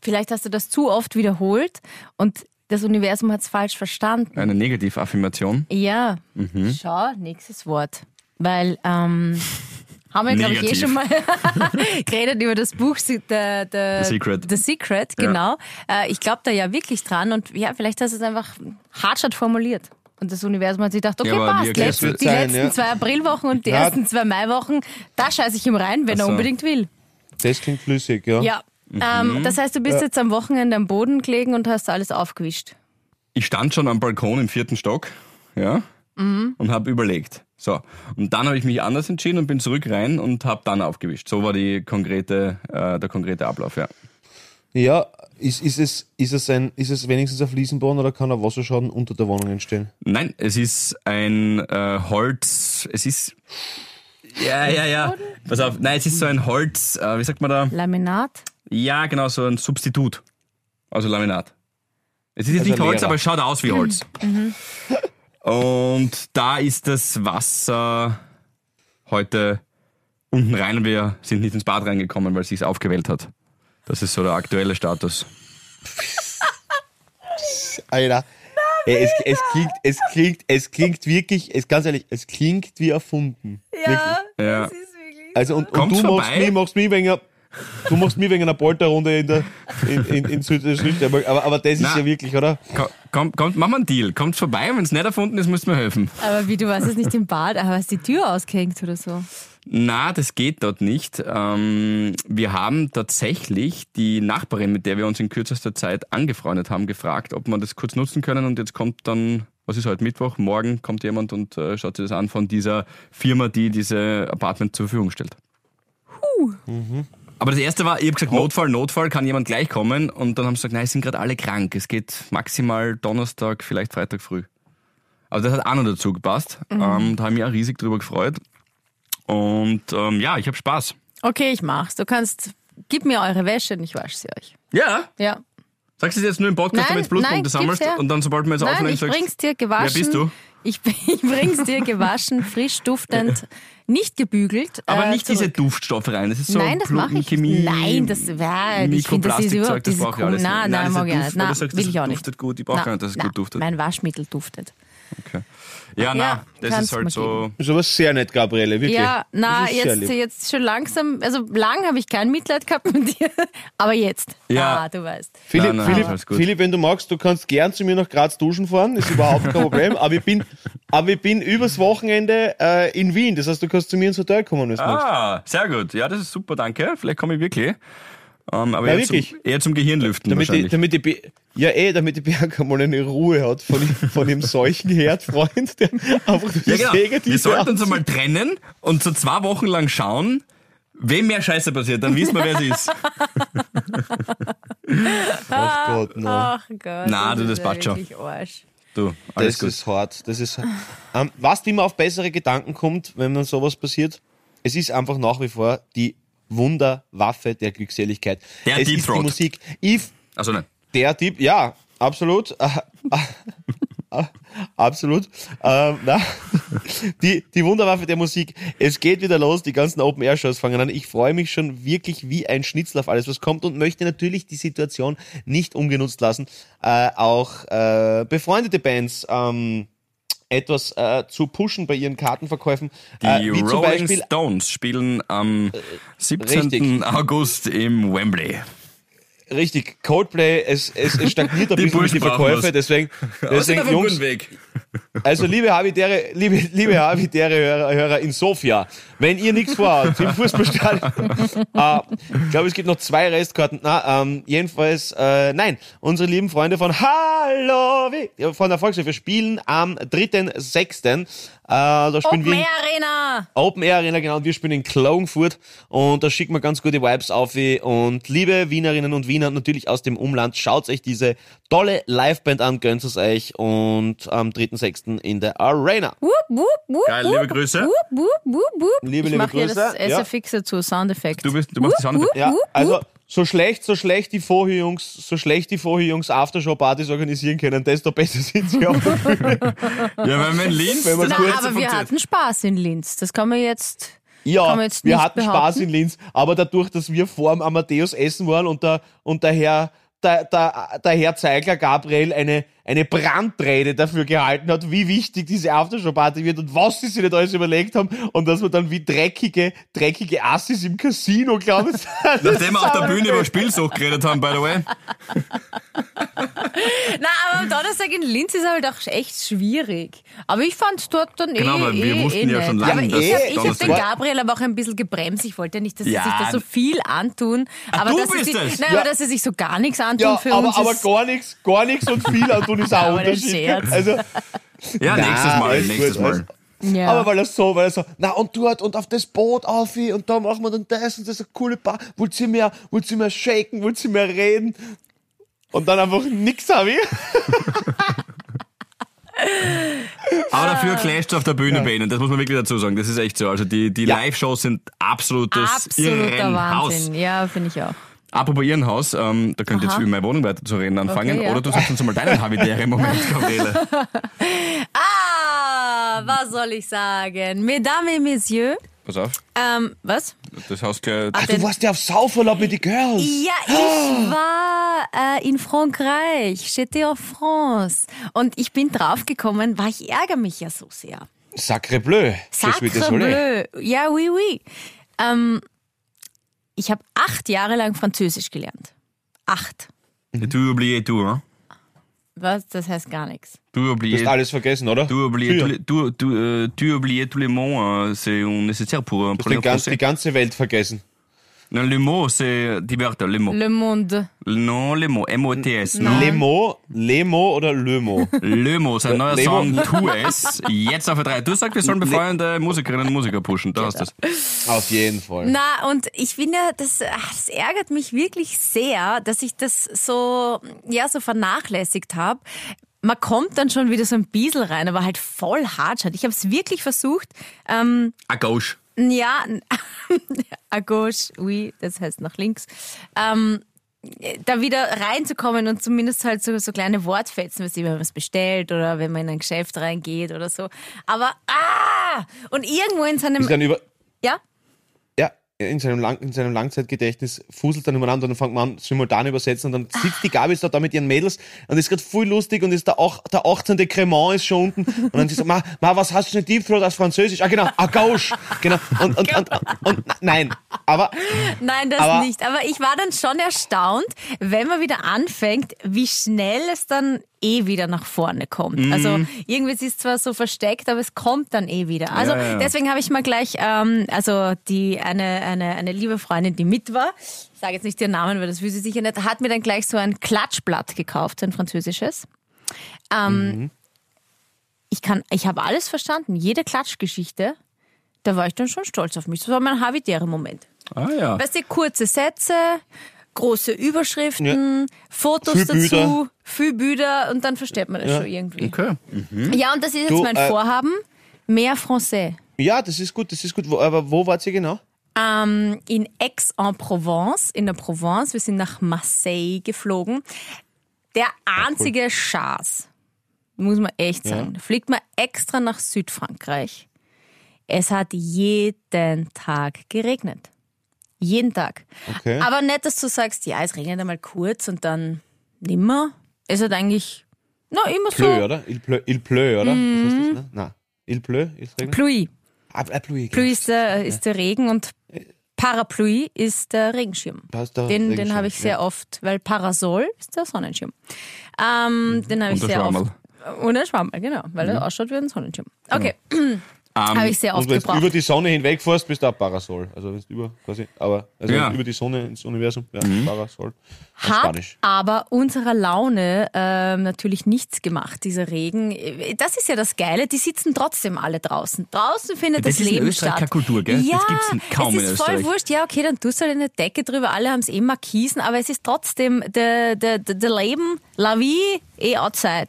C: Vielleicht hast du das zu oft wiederholt und das Universum hat es falsch verstanden.
D: Eine Negativaffirmation.
C: Ja,
D: Mhm.
C: schau, nächstes Wort. Weil, ähm, haben wir, glaube ich, eh
D: Negativ.
C: schon mal geredet über das Buch The, The,
D: The Secret.
C: The Secret,
D: Ja.
C: genau. Äh, ich glaube da ja wirklich dran und ja, vielleicht hast du es einfach hartschott formuliert. Und das Universum hat sich gedacht, okay,
D: Ja, aber wie
C: passt.
D: erklärst
E: du
C: Letz-
E: das?
C: die
E: Sein,
C: letzten
E: ja.
C: zwei Aprilwochen und die
E: Ja.
C: ersten zwei Maiwochen, da scheiße ich ihm rein, wenn
D: Ach
C: er
D: so.
C: unbedingt will.
E: Das klingt flüssig, ja.
C: Ja.
D: Mhm.
C: Ähm, das heißt, du bist jetzt am Wochenende am Boden gelegen und hast alles aufgewischt.
D: Ich stand schon am Balkon im vierten Stock, ja,
C: Mhm.
D: und habe überlegt. So, und dann habe ich mich anders entschieden und bin zurück rein und habe dann aufgewischt. So war die konkrete, äh, der konkrete Ablauf, ja.
E: Ja, ist, ist, es, ist, es ein, ist es wenigstens ein Fliesenboden oder kann ein Wasserschaden unter der Wohnung entstehen?
D: Nein, es ist ein äh, Holz, es ist... Ja, ja, ja. Pass auf, nein, es ist so ein Holz, äh, wie sagt man da?
C: Laminat?
D: Ja, genau, so ein Substitut. Also Laminat. Es ist jetzt
E: Also
D: nicht Holz,
E: Lehrer.
D: aber es schaut aus wie Holz. Und da ist das Wasser heute unten rein. Wir sind nicht ins Bad reingekommen, weil es sich aufgewellt hat. Das ist so der aktuelle Status.
E: Alter. Ja, es, es, klingt, es, klingt, es klingt wirklich, es, ganz ehrlich, es klingt wie erfunden. Wirklich.
D: Ja.
E: Also und, und
D: Kommt's
E: du machst
D: vorbei?
E: mich, machst mich wegen einer, du machst mich wegen einer Polterrunde in der in, in, in Süd Südsteiermark. Aber, aber das ist
D: Na.
E: ja wirklich, oder?
D: Ko- Kommt, kommt, machen wir einen Deal. Kommt vorbei, wenn es nicht erfunden ist, müsst ihr mir helfen.
C: Aber wie, du warst jetzt nicht im Bad, aber hast die Tür ausgehängt oder so.
D: Na, das geht dort nicht. Ähm, wir haben tatsächlich die Nachbarin, mit der wir uns in kürzester Zeit angefreundet haben, gefragt, ob man das kurz nutzen können. Und jetzt kommt dann, was ist heute Mittwoch? Morgen kommt jemand und äh, schaut sich das an von dieser Firma, die diese Apartment zur Verfügung stellt. Aber das erste war, ich habe gesagt, Notfall, Notfall, kann jemand gleich kommen. Und dann haben sie gesagt, nein, es sind gerade alle krank. Es geht maximal Donnerstag, vielleicht Freitag früh. Also das hat auch noch dazu gepasst. Ähm, da habe ich mich auch riesig drüber gefreut. Und ähm, ja, ich habe Spaß.
C: Okay, ich mach's. Du kannst, gib mir eure Wäsche und ich wasche sie euch.
D: Ja.
C: Ja.
D: Sagst du es jetzt nur im
C: Nein,
D: Podcast, damit du Blutpunkte
C: nein,
D: sammelst
C: gib's her.
D: und dann, sobald wir jetzt
C: Nein,
D: aufnehmen,
C: ich
D: sagst
C: bring's dir gewaschen.
D: Wer bist du?
C: Ich, ich bring's dir gewaschen, frisch duftend, nicht gebügelt.
D: aber
C: äh,
D: nicht diese
C: zurück.
D: Duftstoffe rein. Das ist so
C: Nein, das mache ich.
D: Chemie.
C: nicht. Nein, das wäre. Ich finde, das ist überhaupt
D: das
C: dieses
D: brauche ich alles. nicht.
C: Nein, nein,
D: dieser
C: mag ich auch
D: Duft,
C: nicht.
D: wo du
C: Nein,
D: sagst,
C: will
D: das
C: ich auch nicht.
D: duftet gut. Ich brauche
C: Nein,
D: gar nicht, dass es
C: nein,
D: gut duftet.
C: Mein Waschmittel duftet.
D: Okay. Ja,
C: Ja,
D: na, das
C: kannst
D: ist halt
C: mal
D: so.
E: Das ist aber sehr nett, Gabriele, wirklich.
C: Ja, na,
E: Das ist sehr
C: jetzt,
E: lieb.
C: jetzt schon langsam. Also, lang habe ich kein Mitleid gehabt mit dir. Aber jetzt.
D: Ja.
C: Ah, du weißt.
E: Philipp,
D: Nein, nein,
E: Philipp,
D: alles gut.
E: Philipp, wenn du magst, du kannst gern zu mir nach Graz duschen fahren, ist überhaupt kein Problem. aber, ich bin, aber ich bin übers Wochenende äh, in Wien, das heißt, du kannst zu mir ins Hotel kommen, wenn du magst.
D: Ah, sehr gut. Ja, das ist super, danke. Vielleicht komme ich wirklich. Ähm, aber
E: Ja,
D: eher,
E: wirklich.
D: Zum, eher zum Gehirnlüften
E: Damit die,
D: wahrscheinlich.
E: damit die, Bi- ja, eh, damit die Bianca mal eine Ruhe hat von, von dem solchen Herdfreund, der einfach durch
D: ja,
E: die
D: genau.
E: Säge die
D: Wir sollten uns
E: Absicht-
D: einmal trennen und so zwei Wochen lang schauen, wem mehr Scheiße passiert. Dann wissen wir, wer es ist.
E: Ach Gott, nein.
C: Ach Gott.
D: Na, du,
C: ist
D: das
C: ja
D: passt schon.
C: wirklich Arsch.
D: Du, alles
E: Das
D: gut.
E: ist hart. Das ist ähm, was, wie man auf bessere Gedanken kommt, wenn man sowas passiert, es ist einfach nach wie vor die Wunderwaffe der Glückseligkeit.
D: Der
E: es
D: Deep
E: ist die
D: Throat.
E: Musik. If
D: Also nein.
E: der Typ, ja, absolut. Äh, äh, äh, absolut. Ähm, na, die, die Wunderwaffe der Musik. Es geht wieder los, die ganzen Open-Air-Shows fangen an. Ich freue mich schon wirklich wie ein Schnitzel auf alles, was kommt und möchte natürlich die Situation nicht ungenutzt lassen. Äh, auch äh, befreundete Bands ähm, etwas äh, zu pushen bei ihren Kartenverkäufen. äh,
D: Die
E: wie zum
D: Rolling
E: Beispiel Äh,
D: Stones spielen am 17.
E: richtig.
D: August im Wembley.
E: Richtig, Coldplay, es, es, es stagniert ein bisschen mit
D: Burschen
E: die
D: brauchen
E: Verkäufe,
D: was.
E: deswegen, deswegen Jungs,
D: Weg.
E: also liebe Habitäre, liebe, liebe Habitäre Hörer, Hörer in Sofia, wenn ihr nichts vorhabt im Fußballstadion, äh, ich glaube, es gibt noch zwei Restkarten, na, ähm, jedenfalls, äh, nein, unsere lieben Freunde von Hallo, wie- von der Volkshilfe spielen am 3.6., äh, da spielen
C: Open
E: wir
C: Air Arena!
E: Open Air Arena, genau, und wir spielen in Klagenfurt und da schicken wir ganz gute Vibes auf wie- und liebe Wienerinnen und Wiener natürlich aus dem Umland, schaut euch diese tolle Liveband an, gönnt es euch und am 3.6. in der Arena.
C: Wupp, wupp, wupp,
D: Geil, liebe Grüße.
C: Wupp, wupp, wupp, wupp.
E: Liebe,
C: ich
E: liebe
C: mache hier
E: Grüße,
C: das
E: ja.
C: SFX dazu, Soundeffekt.
D: Du, bist, du machst die Sound.
C: wupp.
E: Ja, also so schlecht, so schlecht die Vorhi-Jungs, so schlecht die Vorhi-Jungs Aftershow-Partys organisieren können, desto besser sind sie auch.
D: Ja, wenn man Linz,
E: Wenn man
C: Na,
D: das kurze
E: kurz
C: aber wir
D: funktioniert.
C: hatten Spaß in Linz. Das kann man jetzt.
E: Ja,
C: Kann man jetzt
E: wir
C: nicht
E: hatten
C: behaupten.
E: Spaß in Linz, aber dadurch, dass wir vor dem Amadeus essen waren und der, und der Herr, der, der, der Herr Zeigler Gabriel eine, eine Brandrede dafür gehalten hat, wie wichtig diese Aftershow-Party wird und was sie sich nicht alles überlegt haben und dass wir dann wie dreckige, dreckige Assis im Casino, glaube ich,
D: Nachdem wir auf der Bühne über Spielsucht geredet haben, by the way.
C: Na, aber am Donnerstag in Linz ist halt auch echt schwierig. Aber ich fand's dort dann
D: Genau,
C: eh.
D: weil wir
C: eh,
D: wussten
C: eh
D: ja
C: nett.
D: schon lange,
C: aber
D: dass
C: ich habe hab
D: Donnerstag-
C: den Gabriel aber auch ein bisschen gebremst. Ich wollte ja nicht, dass
D: Ja.
C: sie sich da so viel antun. Aber
D: du
C: dass sie
D: bist
C: sich,
D: es!
C: Nein,
E: Ja.
C: aber dass sie sich so gar nichts antun
E: Ja,
C: für
E: aber,
C: uns.
E: aber
C: ist,
E: gar nichts, gar nichts und viel an tun ist auch ein
C: Aber der
E: Unterschied.
C: Scherz.
E: Also,
D: Ja, nächstes Mal,
E: alles
D: nächstes
E: gut,
D: Mal.
C: ja.
E: Aber weil er so, weil er so, na und dort und auf das Boot auf und da machen wir dann das und das ist eine coole Bar. Wollt ihr mehr, wollt ihr mehr shaken, wollt ihr mehr reden? Und dann einfach nix habe ich.
D: Aber dafür clasht auf der Bühne bei ihnen. Das muss man wirklich dazu sagen. Das ist echt so. Also die, die
E: Ja.
D: Live-Shows sind absolutes
C: Absoluter
D: Irrenhaus.
C: Wahnsinn. Ja, finde ich auch.
D: Apropos Irrenhaus, ähm, da könnt ihr jetzt
C: Aha.
D: über meine Wohnung weiter zu reden anfangen.
C: Okay, ja.
D: Oder du sagst uns mal deinen Habitäre-Moment, Gabriele.
C: Ah, was soll ich sagen? Mesdames et Messieurs.
D: Pass auf,
C: Ähm, was?
D: das Haus gleich...
E: Du warst ja auf Saufurlaub mit den Girls.
C: Ja, ich war äh, in Frankreich. J'étais en France. Und ich bin draufgekommen, weil ich ärgere mich ja so sehr.
E: Sacre bleu. Das wird das wohl.
C: Sacrebleu. Ja, oui, oui. Ähm, ich habe acht Jahre lang Französisch gelernt. Acht.
D: Du oublies tout, hein?
C: Was? Das heißt gar nichts.
D: Du
E: Du
D: oublies
E: hast alles vergessen, oder?
D: Tu oublies,
E: Ja.
D: tous les, tu, tu, euh, tu oublies tous les mots, euh, c'est nécessaire pour un
E: Du hast den
D: problème
E: ganz, die
D: français.
E: ganze Welt vergessen.
D: Non, les mots, c'est die Wörter, les mots.
C: Le Monde.
D: Non, les mots, M-O-T-S. Non.
E: Lemo, Lemo oder Lemo?
D: Le Mo, sein neuer
E: Lemo.
D: Song, tu es, jetzt auf der 3. Du sagst, wir sollen befreundete Musikerinnen und Musiker pushen, da
C: Genau.
D: hast du es.
E: auf jeden Fall.
C: Na, und ich finde, das, ach, das ärgert mich wirklich sehr, dass ich das so, ja, so vernachlässigt habe. Man kommt dann schon wieder so ein bisschen rein, aber halt voll hartschat. Ich habe es wirklich versucht. Ähm,
D: A gauche.
C: ja, à gauche, oui, das heißt nach links. Ähm, da wieder reinzukommen und zumindest halt so, so kleine Wortfetzen, weißt du, wenn man was bestellt oder wenn man in ein Geschäft reingeht oder so. Aber, ah! Und irgendwo in seinem,
E: Ist dann über,
C: ja?
E: Ja, in seinem, Lang in seinem Langzeitgedächtnis fuselt dann übereinander und dann fängt man an, simultan übersetzen und dann sitzt die Gabi jetzt da, da mit ihren Mädels und ist gerade voll lustig und ist der, auch, der 18. Cremant ist schon unten und dann sie so, ma, ma, was hast du denn Deep Throat aus Französisch? Ah, genau, ah, gauche. Genau. Und, und, und, und, nein, aber
C: Nein, das
E: Aber-
C: nicht. Aber ich war dann schon erstaunt, wenn man wieder anfängt, wie schnell es dann eh wieder nach vorne kommt.
D: Mhm.
C: Also irgendwie es ist zwar so versteckt, aber es kommt dann eh wieder. Also
D: Ja, ja.
C: deswegen habe ich mal gleich, ähm, also die eine, eine, eine liebe Freundin, die mit war, ich sage jetzt nicht ihren Namen, weil das wüsste ich sicher nicht, hat mir dann gleich so ein Klatschblatt gekauft, ein französisches. Ähm,
D: Mhm.
C: Ich kann, ich habe alles verstanden, jede Klatschgeschichte. Da war ich dann schon stolz auf mich. Das war mein Havidere-Moment.
D: Ah ja.
C: Weißt du, kurze Sätze, große Überschriften, Fotos
E: Viel
C: dazu,
E: Bilder.
C: viel Bilder und dann versteht man das schon irgendwie.
D: Okay.
C: Ja, und das ist jetzt
E: Mhm. Du,
C: mein
E: äh,
C: Vorhaben. Mehr Français.
E: ja, das ist gut, das ist gut. Wo, aber wo wart ihr genau?
C: Ähm, in Aix-en-Provence, in der Provence. Wir sind nach Marseille geflogen. Der einzige Schatz, muss man echt sagen. Da fliegt man extra nach Südfrankreich. Es hat jeden Tag geregnet. Jeden Tag.
E: Okay.
C: Aber nicht, dass du sagst, ja, es regnet einmal kurz und dann nimmer. Es hat eigentlich Na, immer
E: Pleu,
C: so.
E: oder? Il pleu, il pleu oder? Was heißt das, ne? Nein. Il pleu, il regnet.
C: Pluie.
E: Ah, ah, Pluie,
C: Pluie
E: genau.
C: ist der, ist der Regen und Parapluie ist der Regenschirm.
E: Passt da
C: Den,
E: Regenschirm,
C: den habe ich sehr
E: ja.
C: oft, weil Parasol ist der Sonnenschirm. Ähm,
E: Mhm.
C: Den habe ich
D: Und der
C: sehr oft.
D: Schwammerl.
C: Und ein Schwammerl, genau, weil er ausschaut wie ein Sonnenschirm. Okay,
D: Ähm,
C: habe ich sehr
E: Also
C: oft
E: wenn du Genau. über
C: gebraucht.
E: die Sonne hinweg fährst, bist du ein Parasol. Also wenn du über quasi, aber also
D: Ja.
E: wenn du über die Sonne ins Universum, ja, Parasol. Mhm. Auf
C: Hat
E: Spanisch.
C: aber unserer Laune ähm, natürlich nichts gemacht, dieser Regen. Das ist ja das Geile, die sitzen trotzdem alle draußen. Draußen findet
D: Das
C: das,
D: ist in
C: Leben
D: Österreich
C: statt.
D: keine Kultur, gell? Das
C: Ja,
D: gibt's kaum
C: es
D: in
C: ist voll
D: Österreich.
C: wurscht. Ja, okay, dann tust du halt eine Decke drüber, alle haben es eh Markisen, aber es ist trotzdem der de, de, de Leben, la vie eh outside.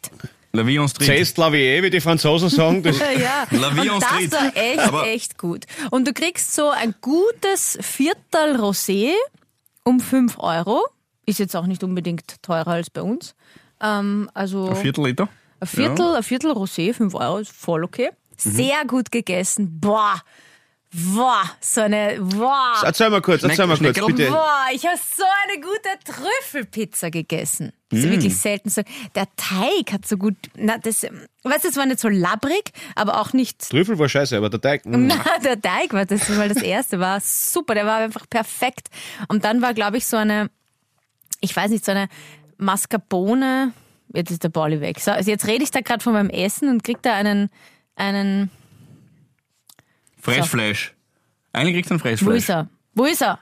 D: La vie en street.
E: C'est la vie, wie die Franzosen sagen. Das
C: Ja,
D: La vie en
C: und das
D: street.
C: war echt,
D: Aber-
C: echt gut. Und du kriegst so ein gutes Viertel Rosé um 5 Euro. Ist jetzt auch nicht unbedingt teurer als bei uns. Ähm, also
D: Ein Viertel Liter.
C: ein Viertel, ein Viertel Rosé, 5 Euro, ist voll okay.
D: Mhm.
C: Sehr gut gegessen. Boah, boah, so eine, boah,
E: Erzähl mal kurz, erzähl mal kurz,
D: Schneckerl.
E: bitte.
C: boah, ich habe so eine gute Trüffelpizza gegessen. Das
D: Mm.
C: ist wirklich selten so. Der Teig hat so gut, na, das, weißt du, es war nicht so labbrig, aber auch nicht
E: Trüffel war scheiße, aber der Teig. hm, mh.
C: na, der Teig war das, weil das erste war super, der war einfach perfekt. Und dann war, glaube ich, so eine, ich weiß nicht, so eine Mascarpone. Jetzt ist der Pauli weg. So, also jetzt rede ich da gerade von meinem Essen und krieg da einen, einen,
D: Fressfleisch. Einer kriegt einen
C: wo ist
D: Fressfleisch.
C: er? Wo ist er?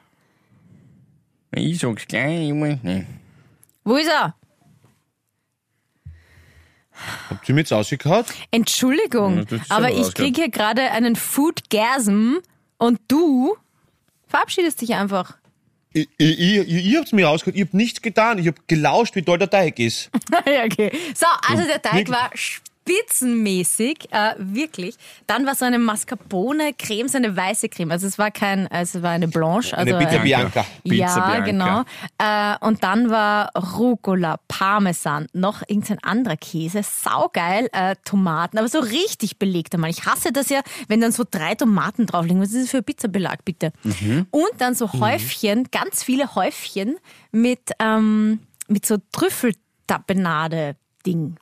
D: Ich sag's gleich, Junge. Nee.
C: Wo ist er?
E: Habt ihr mich jetzt ausgekaut?
C: Entschuldigung,
D: das ist
C: aber
D: aber
C: ich
D: rausgehört.
C: krieg hier gerade einen Foodgasm und du verabschiedest dich einfach.
E: Ich, ich, ich, ihr habt mir ausgehört, ich hab nichts getan, ich hab gelauscht, wie toll der Teig ist.
C: ja, okay. So, also der Teig
E: Wirklich?
C: war spitzenmäßig, äh, wirklich. Dann war so eine Mascarpone-Creme, so eine weiße Creme. Also es war kein, also es war eine Blanche. Also
E: Eine Bitte
C: ein-
E: Bianca.
D: Pizza
C: ja,
D: Bianca.
C: genau. Äh, und dann war Rucola, Parmesan, noch irgendein anderer Käse, saugeil, äh, Tomaten, aber so richtig belegter Mann. Ich hasse das ja, wenn dann so drei Tomaten drauf liegen. Was ist das für ein Pizzabelag, bitte?
D: Mhm.
C: Und dann so Häufchen, ganz viele Häufchen mit, ähm, mit so Trüffeltapenade-Ding.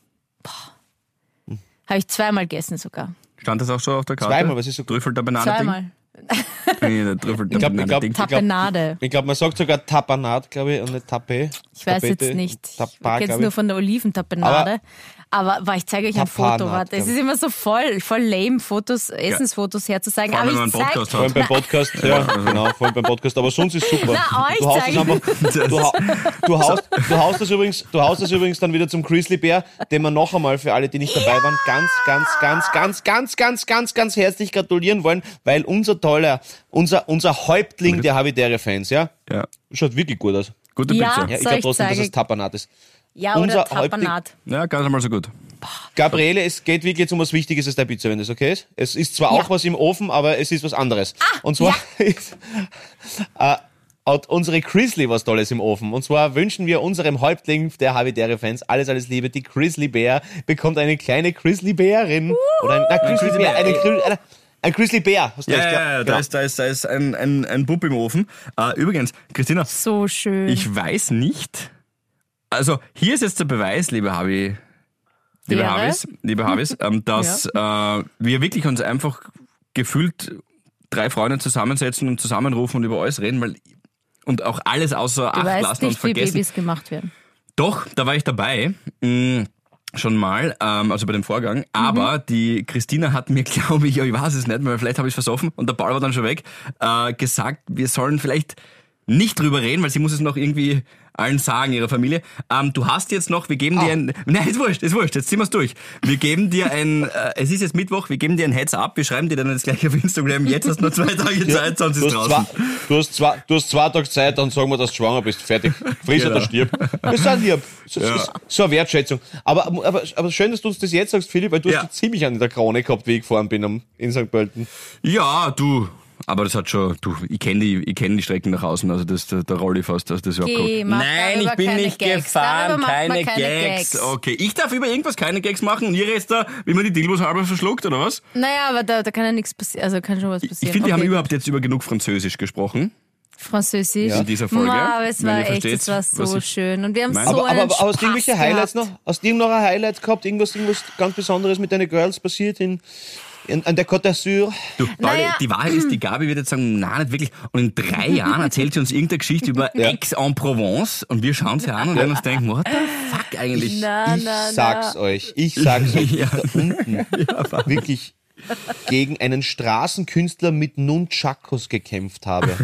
D: Mhm.
C: Habe ich zweimal gegessen sogar.
D: Stand das auch schon auf der Karte?
E: Zweimal, was ist so-
D: Trüffel der Banane.
C: Zweimal.
D: Nee, der Trüffel der
E: Ich glaub, ich
D: Banane.
E: glaub,
D: Ding.
E: glaub-
C: Tapenade.
E: Ich glaube, man sagt sogar Tapanat, glaube ich, und nicht Tapé.
C: Ich weiß jetzt nicht. Ich
E: Tapa,
C: kenne es
E: glaube
C: nur
E: ich.
C: von der Oliventapenade. Aber, aber ich zeige euch ein
E: Tapanat,
C: Foto. Warte, es
E: glaub
C: ist immer so voll, voll lame, Fotos, Essensfotos herzuzeigen.
D: Vor allem,
C: Aber
D: wenn man
C: ich
D: einen
C: zeig,
D: Podcast
E: Vor
D: hat.
E: allem beim Podcast, ja, genau, vor allem beim Podcast. Aber sonst ist super.
C: Na, euch
E: du haust es
C: zeigen.
E: einfach, du, hau, du, haust, du, haust das übrigens, du haust das übrigens dann wieder zum Grizzly Bear, den wir noch einmal für alle, die nicht dabei waren, ganz, ganz, ganz, ganz, ganz, ganz, ganz, ganz herzlich gratulieren wollen, weil unser toller, unser, unser Häuptling der Havidere-Fans, ja,
D: Ja.
E: schaut wirklich gut aus.
D: Gute
C: Ja.
D: Pizza.
E: Ja, ich
C: Ah, Soll
E: glaube
C: ich
E: trotzdem, dass
C: zeigen?
E: es Tapanat ist.
C: ja, oder
E: unser
C: Tapenat.
D: Ja, gar nicht mal so gut.
E: Gabriele, es geht wirklich jetzt um was Wichtiges als der Pizza, wenn das okay ist. Es ist zwar auch was im Ofen, aber es ist was anderes. und zwar ist, äh, hat unsere Grizzly was Tolles im Ofen. Und zwar wünschen wir unserem Häuptling der Habitäre-Fans alles, alles Liebe. Die Grizzly Bear bekommt eine kleine Grizzly Bärin. Oder ein, na, Grizzly Bear, eine, Gri- eine, ein Grizzly Bear. Hast du
D: Ja,
E: recht,
D: ja, ja, da
E: genau.
D: ist, da ist, da ist ein, ein, ein Bub im Ofen. Äh, übrigens, Christina,
C: So schön.
D: ich weiß nicht. Also, hier ist jetzt der Beweis, liebe Habi, liebe
C: Wäre?
D: Habis, liebe Habis, ähm, dass äh, wir wirklich uns einfach gefühlt drei Freunde zusammensetzen und zusammenrufen und über alles reden, weil und auch alles außer
C: du
D: Acht
C: weißt
D: lassen und
C: nicht, wie
D: vergessen.
C: Babys gemacht werden.
D: Doch, da war ich dabei. Mm, Schon mal, ähm, also bei dem Vorgang. Aber
E: Mhm.
D: die Christina hat mir, glaube ich, ich weiß es nicht mehr, vielleicht habe ich es versoffen und der Paul war dann schon weg, äh, gesagt, wir sollen vielleicht nicht drüber reden, weil sie muss es noch irgendwie allen sagen, ihrer Familie. Ähm, du hast jetzt noch, wir geben
E: Ah.
D: dir ein... Nein, ist wurscht, ist wurscht, jetzt ziehen wir es durch. Wir geben dir ein... Äh, es ist jetzt Mittwoch, wir geben dir ein Heads-up, wir schreiben dir dann jetzt gleich auf Instagram, jetzt hast du nur zwei Tage Zeit, sonst
E: Du
D: ist
E: hast,
D: draußen.
E: zwei, du, hast zwei, du hast zwei Tage Zeit, dann sagen wir, dass du schwanger bist. Fertig. Friss oder
D: Genau.
E: stirb. Das ist auch lieb. So, so- so eine Wertschätzung. Aber, aber, aber schön, dass du uns das jetzt sagst, Philipp, weil du
D: Ja.
E: hast dich ziemlich an der Krone gehabt, wie ich gefahren bin am, in St. Pölten.
D: Ja, du. Aber das hat schon, du, ich kenne die, ich kenn die Strecken nach außen, also das, der, der Rolli fast, also das ist überhaupt
C: Geh,
D: gut.
C: mach darüber keine Gags. Darüber macht man keine Gags.
D: Okay, ich darf über irgendwas keine Gags machen und ihr jetzt da, wie man die Dildos halber verschluckt, oder was?
C: Naja, aber da, da kann ja nichts passieren. Also kann schon was
D: Ich
C: passieren.
D: finde, wir haben
C: Okay.
D: überhaupt jetzt über genug Französisch gesprochen.
B: Französisch.
D: In dieser Folge,
B: Ma, aber es
D: wenn
B: war
D: ihr
B: echt,
D: versteht,
B: es war so
D: was ich-
B: schön. Und wir haben
D: Nein.
B: so
E: Aber,
B: einen
E: aber, aber
B: Spaß
E: hast du irgendwelche Highlights
B: gehabt.
E: noch? Hast du irgend noch ein Highlight gehabt? Irgendwas, irgendwas ganz Besonderes mit deinen Girls passiert in, in, an der Côte d'Azur?
D: Du, Pauli,
B: Naja.
D: die Wahrheit ist, die Gabi wird jetzt sagen, na, nicht wirklich. Und in drei Jahren erzählt sie uns irgendeine Geschichte über
E: Ja.
D: Aix-en-Provence und wir schauen sie an und werden uns denken, what the fuck eigentlich?
B: Na,
E: ich
B: na,
E: sag's euch. Ich sag's euch.
D: Ja.
E: Da unten. wirklich gegen einen Straßenkünstler mit Nunchakos gekämpft habe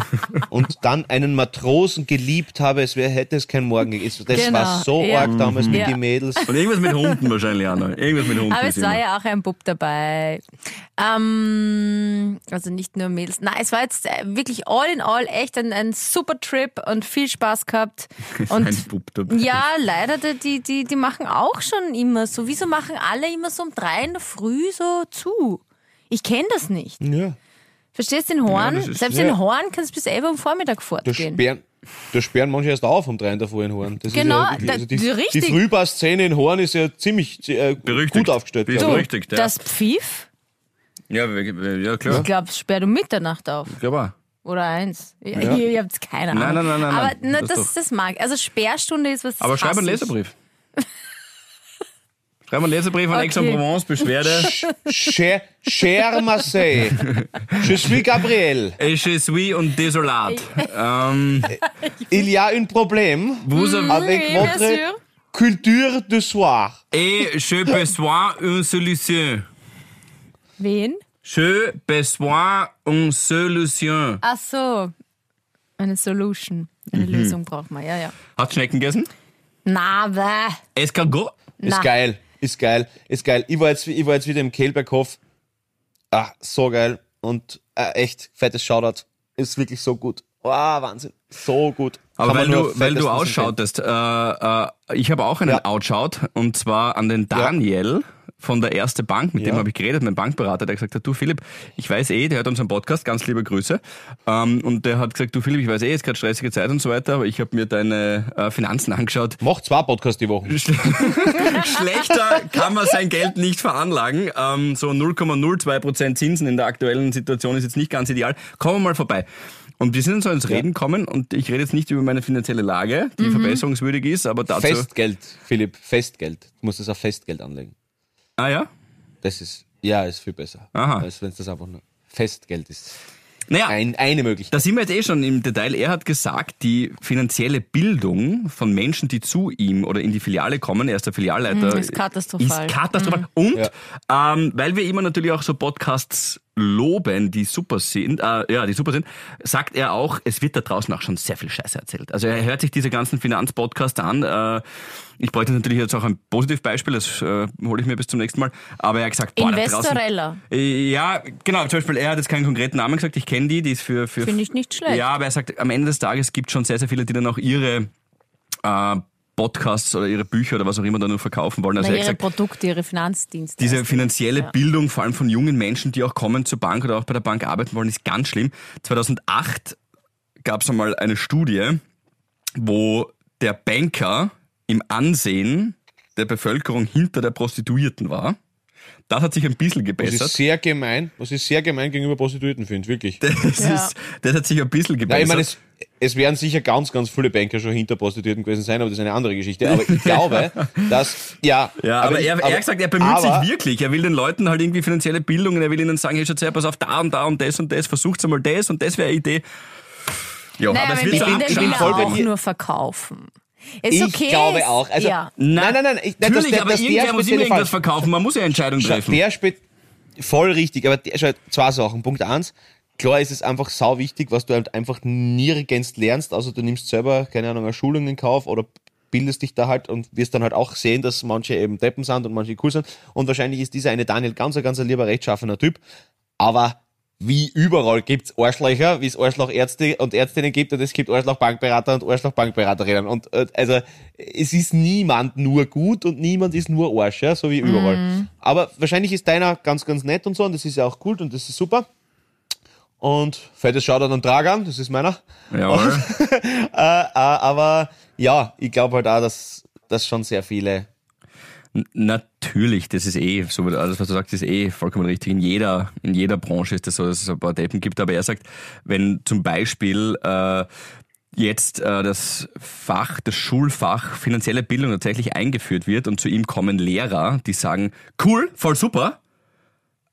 E: und dann einen Matrosen geliebt habe, es wär, hätte es kein Morgen gegeben. Es- Das
B: Genau,
E: war so
B: ja.
E: arg damals mit
B: Ja.
E: den Mädels.
D: Und irgendwas mit Hunden wahrscheinlich auch noch. Irgendwas mit Hunden.
B: Aber
D: ist
B: es war
D: immer.
B: ja auch ein Bub dabei. Ähm, also nicht nur Mädels. Nein, es war jetzt äh, wirklich all in all echt ein, ein super Trip und viel Spaß gehabt. Und
D: Ein Bub dabei.
B: ja, leider, die- die, die, die machen auch schon immer so. Wieso machen alle immer so um drei in der Früh so zu? Ich kenne das nicht.
E: Ja,
B: Verstehst du den Horn?
D: Ja, das ist-
B: Selbst
E: ja.
B: den Horn kannst du bis elf am Vormittag
E: da
B: fortgehen.
E: sperren, da sperren manche erst auf um drei in der Früh in Horn. Das
B: Genau,
E: ist ja wirklich,
B: da-
E: also
B: die
E: die,
B: richtig-
E: die Frühbar-Szene in Horn ist ja ziemlich äh,
D: Berüchtigt.
E: gut aufgestellt.
D: Die ist
E: glaub ich.
B: Du,
D: Berüchtigt, ja.
B: Das Pfiff?
D: Ja, wir- ja, klar.
B: Ich glaube, sperr du Mitternacht auf.
D: Ich glaube auch.
B: Oder eins. Ihr, ihr habt keine Ahnung.
D: Nein, nein, nein, nein,
B: Aber
D: nein.
B: ne,
D: Das
B: das,
D: doch.
B: das, mag. Also Sperrstunde ist was.
D: Aber
B: das
D: schreib
B: hasse
D: einen
B: ich.
D: Leserbrief. schreib einen Leserbrief an
B: Okay.
D: Aix-en-Provence, Beschwerde.
E: Cher, cher Marseille. Je suis Gabriel.
D: Et je suis und désolate. ähm,
E: Il y a un problème
D: vous avez...
E: avec
B: Mhm, Oui, bien sûr.
E: votre culture de soir.
B: Mm.
D: Et je besoin une solution.
B: Wen?
D: Je besoin une solution.
B: Ach so. Eine Solution. Eine
D: Mhm.
B: Lösung braucht man, ja, ja.
D: Hat Schnecken gegessen?
B: Na, bäh.
D: Escargot?
B: Na.
E: Ist geil, ist geil, ist geil. Ich war jetzt, ich war jetzt wieder im Kehlberghof. Ah, so geil. Und äh, echt, fettes Shoutout. Ist wirklich so gut. Oh, Wahnsinn. So gut.
D: Aber
E: Kann man
D: weil
E: nur
D: du, weil du
E: fettestens
D: ausschautest, äh, äh, ich habe auch einen
E: Ja.
D: Outshout und zwar an den Daniel von der Erste Bank, mit
E: Ja.
D: dem habe ich geredet, mein Bankberater, der gesagt hat, du Philipp, ich weiß eh, der hört unseren Podcast, ganz liebe Grüße. Ähm, und der hat gesagt, du Philipp, ich weiß eh, es ist gerade stressige Zeit und so weiter, aber ich habe mir deine äh, Finanzen angeschaut.
E: empfehlen. Mach zwei Podcasts die Woche.
D: Schlechter kann man sein Geld nicht veranlagen. Ähm, so 0,02% Zinsen in der aktuellen Situation ist jetzt nicht ganz ideal. Kommen wir mal vorbei. Und wir sind so ins Reden kommen und ich rede jetzt nicht über meine finanzielle Lage, die verbesserungswürdig ist, aber dazu.
E: Festgeld, Philipp, Festgeld. Du musst das auf Festgeld anlegen.
D: Ah ja?
E: Das ist, ja, ist viel besser.
D: Aha. Ah.
E: Als wenn es das einfach nur Festgeld ist.
D: Naja,
E: Ein, eine Möglichkeit.
D: Da sind wir jetzt eh schon im Detail. Er hat gesagt, die finanzielle Bildung von Menschen, die zu ihm oder in die Filiale kommen, er ist der Filialleiter,
B: Mm, ist katastrophal. Mhm.
D: Ist katastrophal. Und ähm, weil wir immer natürlich auch so Podcasts loben, die super sind, äh, ja, die super sind, sagt er auch, es wird da draußen auch schon sehr viel Scheiße erzählt. Also er hört sich diese ganzen Finanzpodcasts an. Äh, ich bräuchte natürlich jetzt auch ein Positivbeispiel, das äh, hole ich mir bis zum nächsten Mal. Aber er hat gesagt, boah, da draußen,
B: Investorella.
D: ja, genau. Zum Beispiel, er hat jetzt keinen konkreten Namen gesagt. Ich kenne die, die ist für, für
B: Finde ich nicht schlecht.
D: Ja, aber er sagt, am Ende des Tages gibt es schon sehr, sehr viele, die dann auch ihre äh, Podcasts oder ihre Bücher oder was auch immer dann nur verkaufen wollen. Also
B: Na,
D: er
B: ihre
D: hat gesagt,
B: Produkte, ihre Finanzdienste.
D: diese finanzielle Bildung, vor allem von jungen Menschen, die auch kommen zur Bank oder auch bei der Bank arbeiten wollen, ist ganz schlimm. 2008 gab es einmal eine Studie, wo der Banker im Ansehen der Bevölkerung hinter der Prostituierten war. Das hat sich ein bisschen
E: Das
D: gebessert.
E: ist sehr gemein, was ich sehr gemein gegenüber Prostituierten finde, wirklich.
D: Das,
B: Ja.
D: ist, das hat sich ein bisschen
E: Nein,
D: gebessert.
E: ich meine, es, es wären sicher ganz, ganz viele Banker schon hinter Prostituierten gewesen sein, aber das ist eine andere Geschichte. Aber ich glaube, dass, ja.
D: ja, aber, er,
E: ich-
D: er hat gesagt, er bemüht
E: aber-
D: sich wirklich. Er will den Leuten halt irgendwie finanzielle Bildung und er will ihnen sagen, hey, schaut her, pass auf, da und da und das und das, versucht's einmal das und das wäre eine Idee. Ja,
B: Naja,
D: aber es
B: wenn
D: wird so
B: will, dann will er
E: voll bei
D: abgeschafft.
B: auch
E: dir.
B: nur verkaufen. Ist
E: Ich
B: okay.
E: glaube auch. Also,
B: ja.
E: Nein, nein, nein. Ich, nein
D: Natürlich,
E: das,
D: aber
E: das,
D: irgendwer muss
E: der
D: immer
E: spezielle Fall-
D: irgendwas verkaufen. Man muss ja Entscheidungen treffen.
E: Der spielt voll richtig, aber der schaut zwei Sachen. Punkt eins, klar ist es einfach sau wichtig, was du halt einfach nirgends lernst, also du nimmst selber, keine Ahnung, eine Schulung in Kauf oder bildest dich da halt und wirst dann halt auch sehen, dass manche eben Deppen sind und manche cool sind. Und wahrscheinlich ist dieser eine Daniel ganz, ein ganz ein lieber, rechtschaffener Typ. Aber wie überall gibt's Arschlöcher, wie es Arschlochärzte und Ärztinnen gibt und es gibt Arschlochbankberater und Arschlochbankberaterinnen. Und äh, also es ist niemand nur gut und niemand ist nur Arsch, ja, so wie überall. Aber wahrscheinlich ist deiner ganz, ganz nett und so und das ist ja auch cool und das ist super. Und fettes Shoutout an Dragan, das ist meiner.
D: Jawohl.
E: Äh, aber ja, ich glaube halt auch, dass, dass schon sehr viele
D: N- Natürlich, das ist eh, so wie alles, was du sagst, ist eh vollkommen richtig. In jeder, in jeder Branche ist das so, dass es ein paar Deppen gibt. Aber er sagt, wenn zum Beispiel äh, jetzt äh, das Fach, das Schulfach finanzielle Bildung tatsächlich eingeführt wird und zu ihm kommen Lehrer, die sagen, cool, voll super,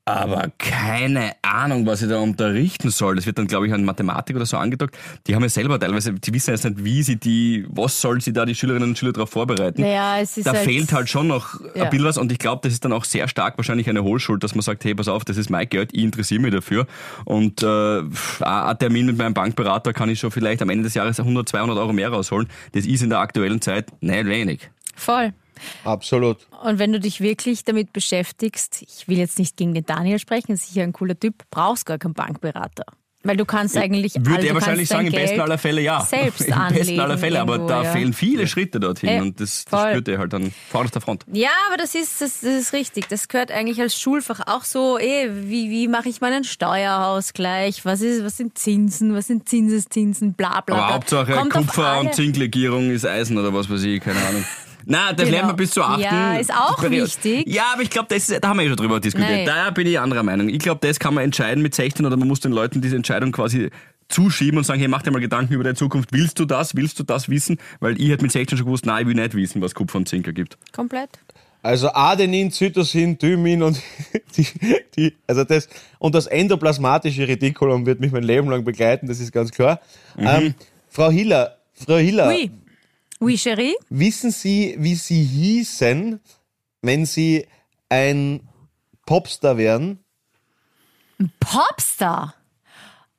D: aber keine Ahnung, was ich da unterrichten soll. Das wird dann, glaube ich, an Mathematik oder so angedockt. Die haben ja selber teilweise, die wissen jetzt nicht, wie sie die, was soll sie da die Schülerinnen und Schüler darauf vorbereiten.
C: Naja, es ist
D: da
C: halt-
D: fehlt halt schon noch
C: Ja.
D: ein bisschen was und ich glaube, das ist dann auch sehr stark wahrscheinlich eine Hohlschuld, dass man sagt, hey, pass auf, das ist mein Geld, ich interessiere mich dafür und äh, pff, ein ein Termin mit meinem Bankberater kann ich schon vielleicht am Ende des Jahres 100, 200 Euro mehr rausholen. Das ist in der aktuellen Zeit nicht wenig.
B: Voll.
E: Absolut.
C: Und wenn du dich wirklich damit beschäftigst, ich will jetzt nicht gegen den Daniel sprechen, ist sicher ein cooler Typ, brauchst gar keinen Bankberater. Weil du kannst eigentlich
D: Äh, Würde
C: all- du
D: er wahrscheinlich
C: kannst dein
D: sagen, im besten
C: Geld-
D: aller Fälle ja.
C: selbst
D: Im besten
C: anlegen
D: aller Fälle, aber
C: irgendwo,
D: da
C: ja.
D: fehlen viele Schritte dorthin
C: Äh,
D: und das, das
C: voll.
D: spürt er halt dann vorderster Front.
C: Ja, aber das ist, das, das ist richtig. Das gehört eigentlich als Schulfach auch so, eh, wie, wie mache ich meinen Steuerausgleich? Was ist, was sind Zinsen? Was sind Zinseszinsen? Bla, bla, bla.
D: Aber Hauptsache
C: Kommt auf
D: Kupfer
C: alle-
D: und Zinklegierung ist Eisen oder was weiß ich, keine Ahnung. Na, das lernt man bis zu achten.
C: Genau. Ja, ist auch
D: Period-
C: wichtig.
D: Ja, aber ich glaube, das ist, da haben wir ja schon drüber
C: Nein.
D: diskutiert. Da bin ich anderer Meinung. Ich glaube, das kann man entscheiden mit 16 oder man muss den Leuten diese Entscheidung quasi zuschieben und sagen, hey, mach dir mal Gedanken über deine Zukunft. Willst du das? Willst du das wissen? Weil ich hätte mit 16 schon gewusst, nein, ich will nicht wissen, was Kupfer und Zinker gibt.
C: Komplett.
E: Also Adenin, Zytosin, Thymin und die, die, also das und das endoplasmatische Retikulum wird mich mein Leben lang begleiten, das ist ganz klar. Ähm, Frau Hiller, Frau Hiller,
C: Oui. Oui, chérie.
E: wissen Sie, wie Sie hießen, wenn Sie ein Popstar wären?
C: Popstar.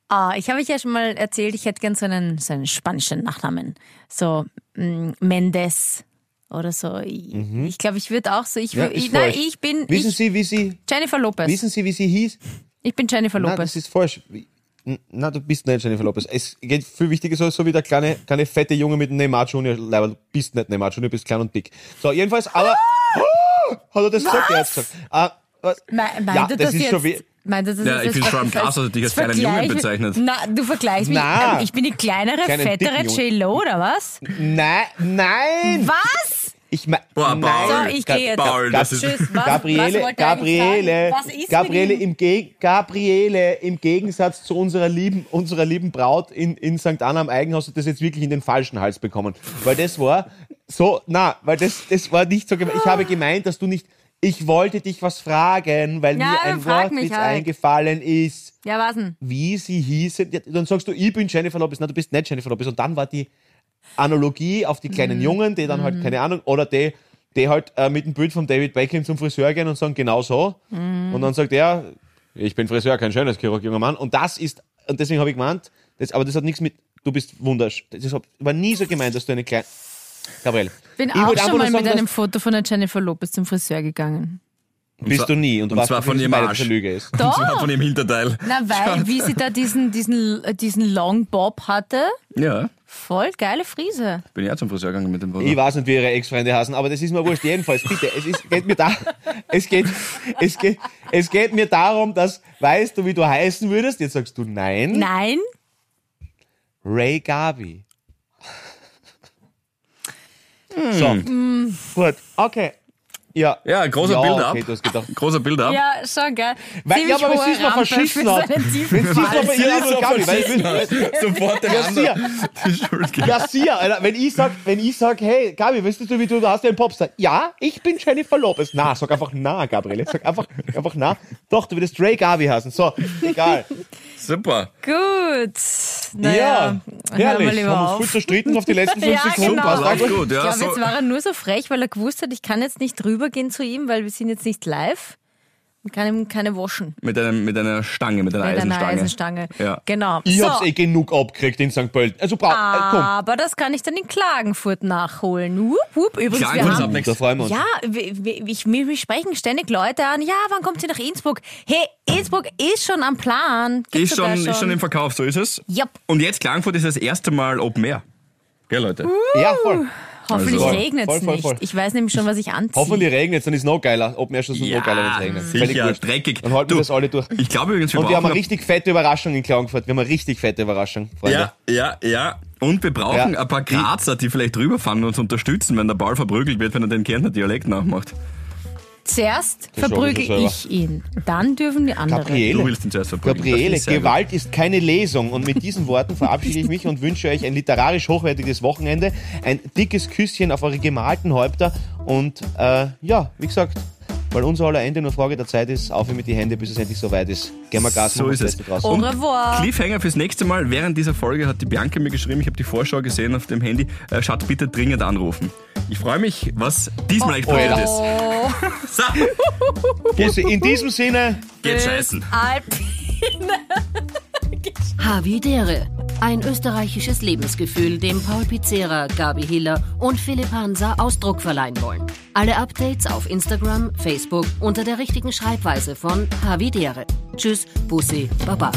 C: Ah, ich habe euch ja schon mal erzählt, ich hätte gern so einen, so einen spanischen Nachnamen. So mm, Mendes oder so. Ich- Ich glaube, ich würde auch so. Ich,
E: Mhm. Ja,
C: wür- ich,
E: ist
C: nein,
E: falsch.
C: ich bin
E: Wissen
C: ich,
E: Sie, wie Sie,
C: Jennifer Lopez.
E: wissen Sie, wie Sie hieß?
C: ich bin Jennifer
E: Nein, das
C: Lopez.
E: ist falsch. Wie- N- Na, du bist nicht Jennifer Lopez. Es geht viel wichtiger, so, so wie der kleine, kleine fette Junge mit dem Neymar Junior. Leider, du bist nicht Neymar Junior, du bist klein und dick. So, jedenfalls, aber. Ah! Hat er das gesagt? Er hat's gesagt. Ah, was?
C: Me meint
E: Ja,
C: ihr
E: das ist
C: jetzt,
E: schon wie-
C: Meint ihr das
D: Ja,
C: ist
D: ich
C: jetzt
D: find's
C: ver-
D: vor allem krass, dass er dich als kleinen Jungen
C: Vergleich-
D: bezeichnet.
C: Na, du vergleichst mich.
E: Na.
C: ähm, ich bin die kleinere,
E: Kleinen,
C: fettere
E: dicken Jungen.
C: J-Lo, oder was?
E: Nein, nein!
C: Was?
E: Ich mein,
D: Boah,
E: nein.
D: Paul,
C: So, ich gehe jetzt.
D: Paul, das ist,
C: Tschüss. Was, was
E: Gabriele,
C: wollt ihr eigentlich
E: Gabriele,
C: sagen? Was ist
E: Gabriele,
C: mit ihm?
E: im Geg Gabriele, im Gegensatz zu unserer lieben, unserer lieben Braut in, in St. Anna am Eigenhaus hat das jetzt wirklich in den falschen Hals bekommen. Weil das war so, na, weil das, das war nicht so gemeint. Ich habe gemeint, dass du nicht, ich wollte dich was fragen, weil
C: Ja,
E: mir
C: dann
E: ein
C: frag
E: Wort
C: mich
E: jetzt
C: halt.
E: eingefallen ist,
C: Ja, was denn?
E: wie sie hießen. Ja, Dann sagst du, ich bin Jennifer Lopez. Na, du bist nicht Jennifer Lopez. Und dann war die Analogie auf die
B: Mhm.
E: kleinen Jungen, die dann halt, keine Ahnung, oder die, die halt äh, mit dem Bild von David Beckham zum Friseur gehen und sagen, genau so.
B: Mhm.
E: Und dann sagt er, ich bin Friseur, kein schönes Chirurg, junger Mann. Und das ist, und deswegen habe ich gemeint, das, aber das hat nichts mit, du bist wunderschön. Das hat- war nie so gemeint, dass du eine kleine. Gabriele.
B: Bin
E: ich
B: auch
E: wollte einfach
B: schon
E: nur
B: mal mit
E: sagen,
B: einem Foto von der Jennifer Lopez zum Friseur gegangen.
E: dass, Bist
D: zwar-
E: du nie. Und, du
D: und
E: warst
D: zwar von ihrem
E: beide,
D: Arsch.
E: dass eine Lüge ist.
C: Oh!
D: hat von ihrem Hinterteil.
B: Na, weil, wie sie da diesen, diesen, äh, diesen Long Bob hatte.
D: Ja,
B: Voll geile Frise.
D: bin ich auch zum Friseur gegangen mit dem Foto.
E: Ich weiß nicht, wie ihre Ex-Freunde heißen, aber das ist mir wurscht. Jedenfalls, bitte, es ist, geht mir da, es geht, es geht, es geht mir darum, dass, weißt du, wie du heißen würdest? Jetzt sagst du nein.
C: Nein,
E: Ray Garvey. So.
D: Hm.
E: Gut, okay. Ja.
D: Ja, großer
E: ja,
D: Build-up.
E: Okay, du hast gedacht.
D: Großer Bild ab.
B: Ja, schon geil.
E: Weil, ja,
B: Ziemlich
E: aber es
B: hohe
E: ist noch
B: Rampe
E: verschissen.
B: für
E: hat.
B: seinen
E: Es ist
B: tiefen
E: noch
B: Fall.
E: ihr Ray Garvey. Weil ich will,
D: Sofort den
E: Ja, sicher.
D: die Schuld geben.
E: Ja, sicher, Alter. Wenn ich sag, wenn ich sag, hey, Gabi, wüsstest du, wie du, du hast ja einen Popstar? Ja, ich bin Jennifer Lopez. Na, sag einfach na, Gabriele. Sag einfach, einfach na. Doch, du würdest Ray Gabi hassen. So, egal.
D: Super.
B: Gut.
E: Ja,
B: Naja, hören wir
E: herrlich.
B: lieber
E: Haben
B: auf.
E: uns gut zerstritten auf die letzten fünf
C: Ja,
E: Sekunden.
C: genau.
E: Passt
D: Passt
E: auch gut.
D: gut,
C: Ich
D: ja.
C: glaube,
D: So,
C: jetzt war er nur so frech, weil er gewusst hat, ich kann jetzt nicht rübergehen zu ihm, weil wir sind jetzt nicht live. Und kann ihm keine waschen.
D: mit, einem, mit einer Stange, mit einer
C: Mit einer
D: Eisenstange.
C: Eisenstange.
D: Ja.
B: Genau.
E: Ich
B: so. Ah.
E: hab's eh genug abgekriegt in St. Pölten. Also, brauch, äh, komm.
B: aber das kann ich dann in Klagenfurt nachholen. Wupp, wupp. Übrigens,
D: Klagenfurt
B: wir
D: ab
B: haben.
D: nächstes-
E: Da freuen wir uns.
B: Ja, wir, wir, ich, wir wir sprechen ständig Leute an. Ja, wann kommt ihr nach Innsbruck? Hey, Innsbruck ist schon am Plan. Gibt's
D: Ist
B: sogar
D: schon, ist schon im Verkauf, so ist es.
B: Jupp.
D: Und jetzt Klagenfurt ist das erste Mal Open Air. Gell, Leute?
E: Ja, voll.
C: Hoffentlich
D: Also-
C: regnet es
E: Voll, voll,
C: nicht.
E: voll.
C: Ich weiß nämlich schon, was ich anziehe.
E: Hoffentlich regnet es, dann ist noch geiler. Open Air Shows sind noch geiler, wenn es regnet. Völlig
D: sicher,
E: wurscht.
D: dreckig.
E: Dann halten
D: Du,
E: wir das alle durch.
D: Ich glaube übrigens, wir
E: Und wir haben
D: brauchen
E: eine richtig fette Überraschung in Klagenfurt. Wir haben eine richtig fette Überraschung, Freunde.
D: Ja, ja, ja. Und wir brauchen
E: Ja.
D: ein paar Grazer, die vielleicht rüberfahren und uns unterstützen, wenn der Ball verprügelt wird, wenn er den Kärntner Dialekt nachmacht.
C: Zuerst
E: Das schaffe ich
C: verprügel
E: schon selber.
C: ich ihn. Dann dürfen die anderen.
D: Du
E: Gabriele,
D: willst ihn zuerst verprügeln.
E: Gabriele,
D: Das ist sehr
E: Gewalt ist keine Lesung. Und mit diesen Worten verabschiede ich mich und wünsche euch ein literarisch hochwertiges Wochenende, ein dickes Küsschen auf eure gemalten Häupter und äh, ja, wie gesagt, weil unser aller Ende nur Frage der Zeit ist, auf mit die Hände, bis es endlich soweit ist. Gehen wir Gas,
D: So
E: machen wir
D: ist
E: das
D: es.
E: Beste draus.
C: Au
D: Und
C: revoir.
D: Cliffhanger fürs nächste Mal. Während dieser Folge hat die Bianca mir geschrieben, ich habe die Vorschau gesehen auf dem Handy. Äh, Schat, bitte dringend anrufen. Ich freue mich, was diesmal eigentlich passiert ist. So,
E: Grüße. In diesem Sinne,
D: geht scheißen.
A: Havidere. Ein österreichisches Lebensgefühl, dem Paul Pizzera, Gabi Hiller und Philipp Hanser Ausdruck verleihen wollen. Alle Updates auf Instagram, Facebook unter der richtigen Schreibweise von Havidere. Tschüss, Bussi, Baba.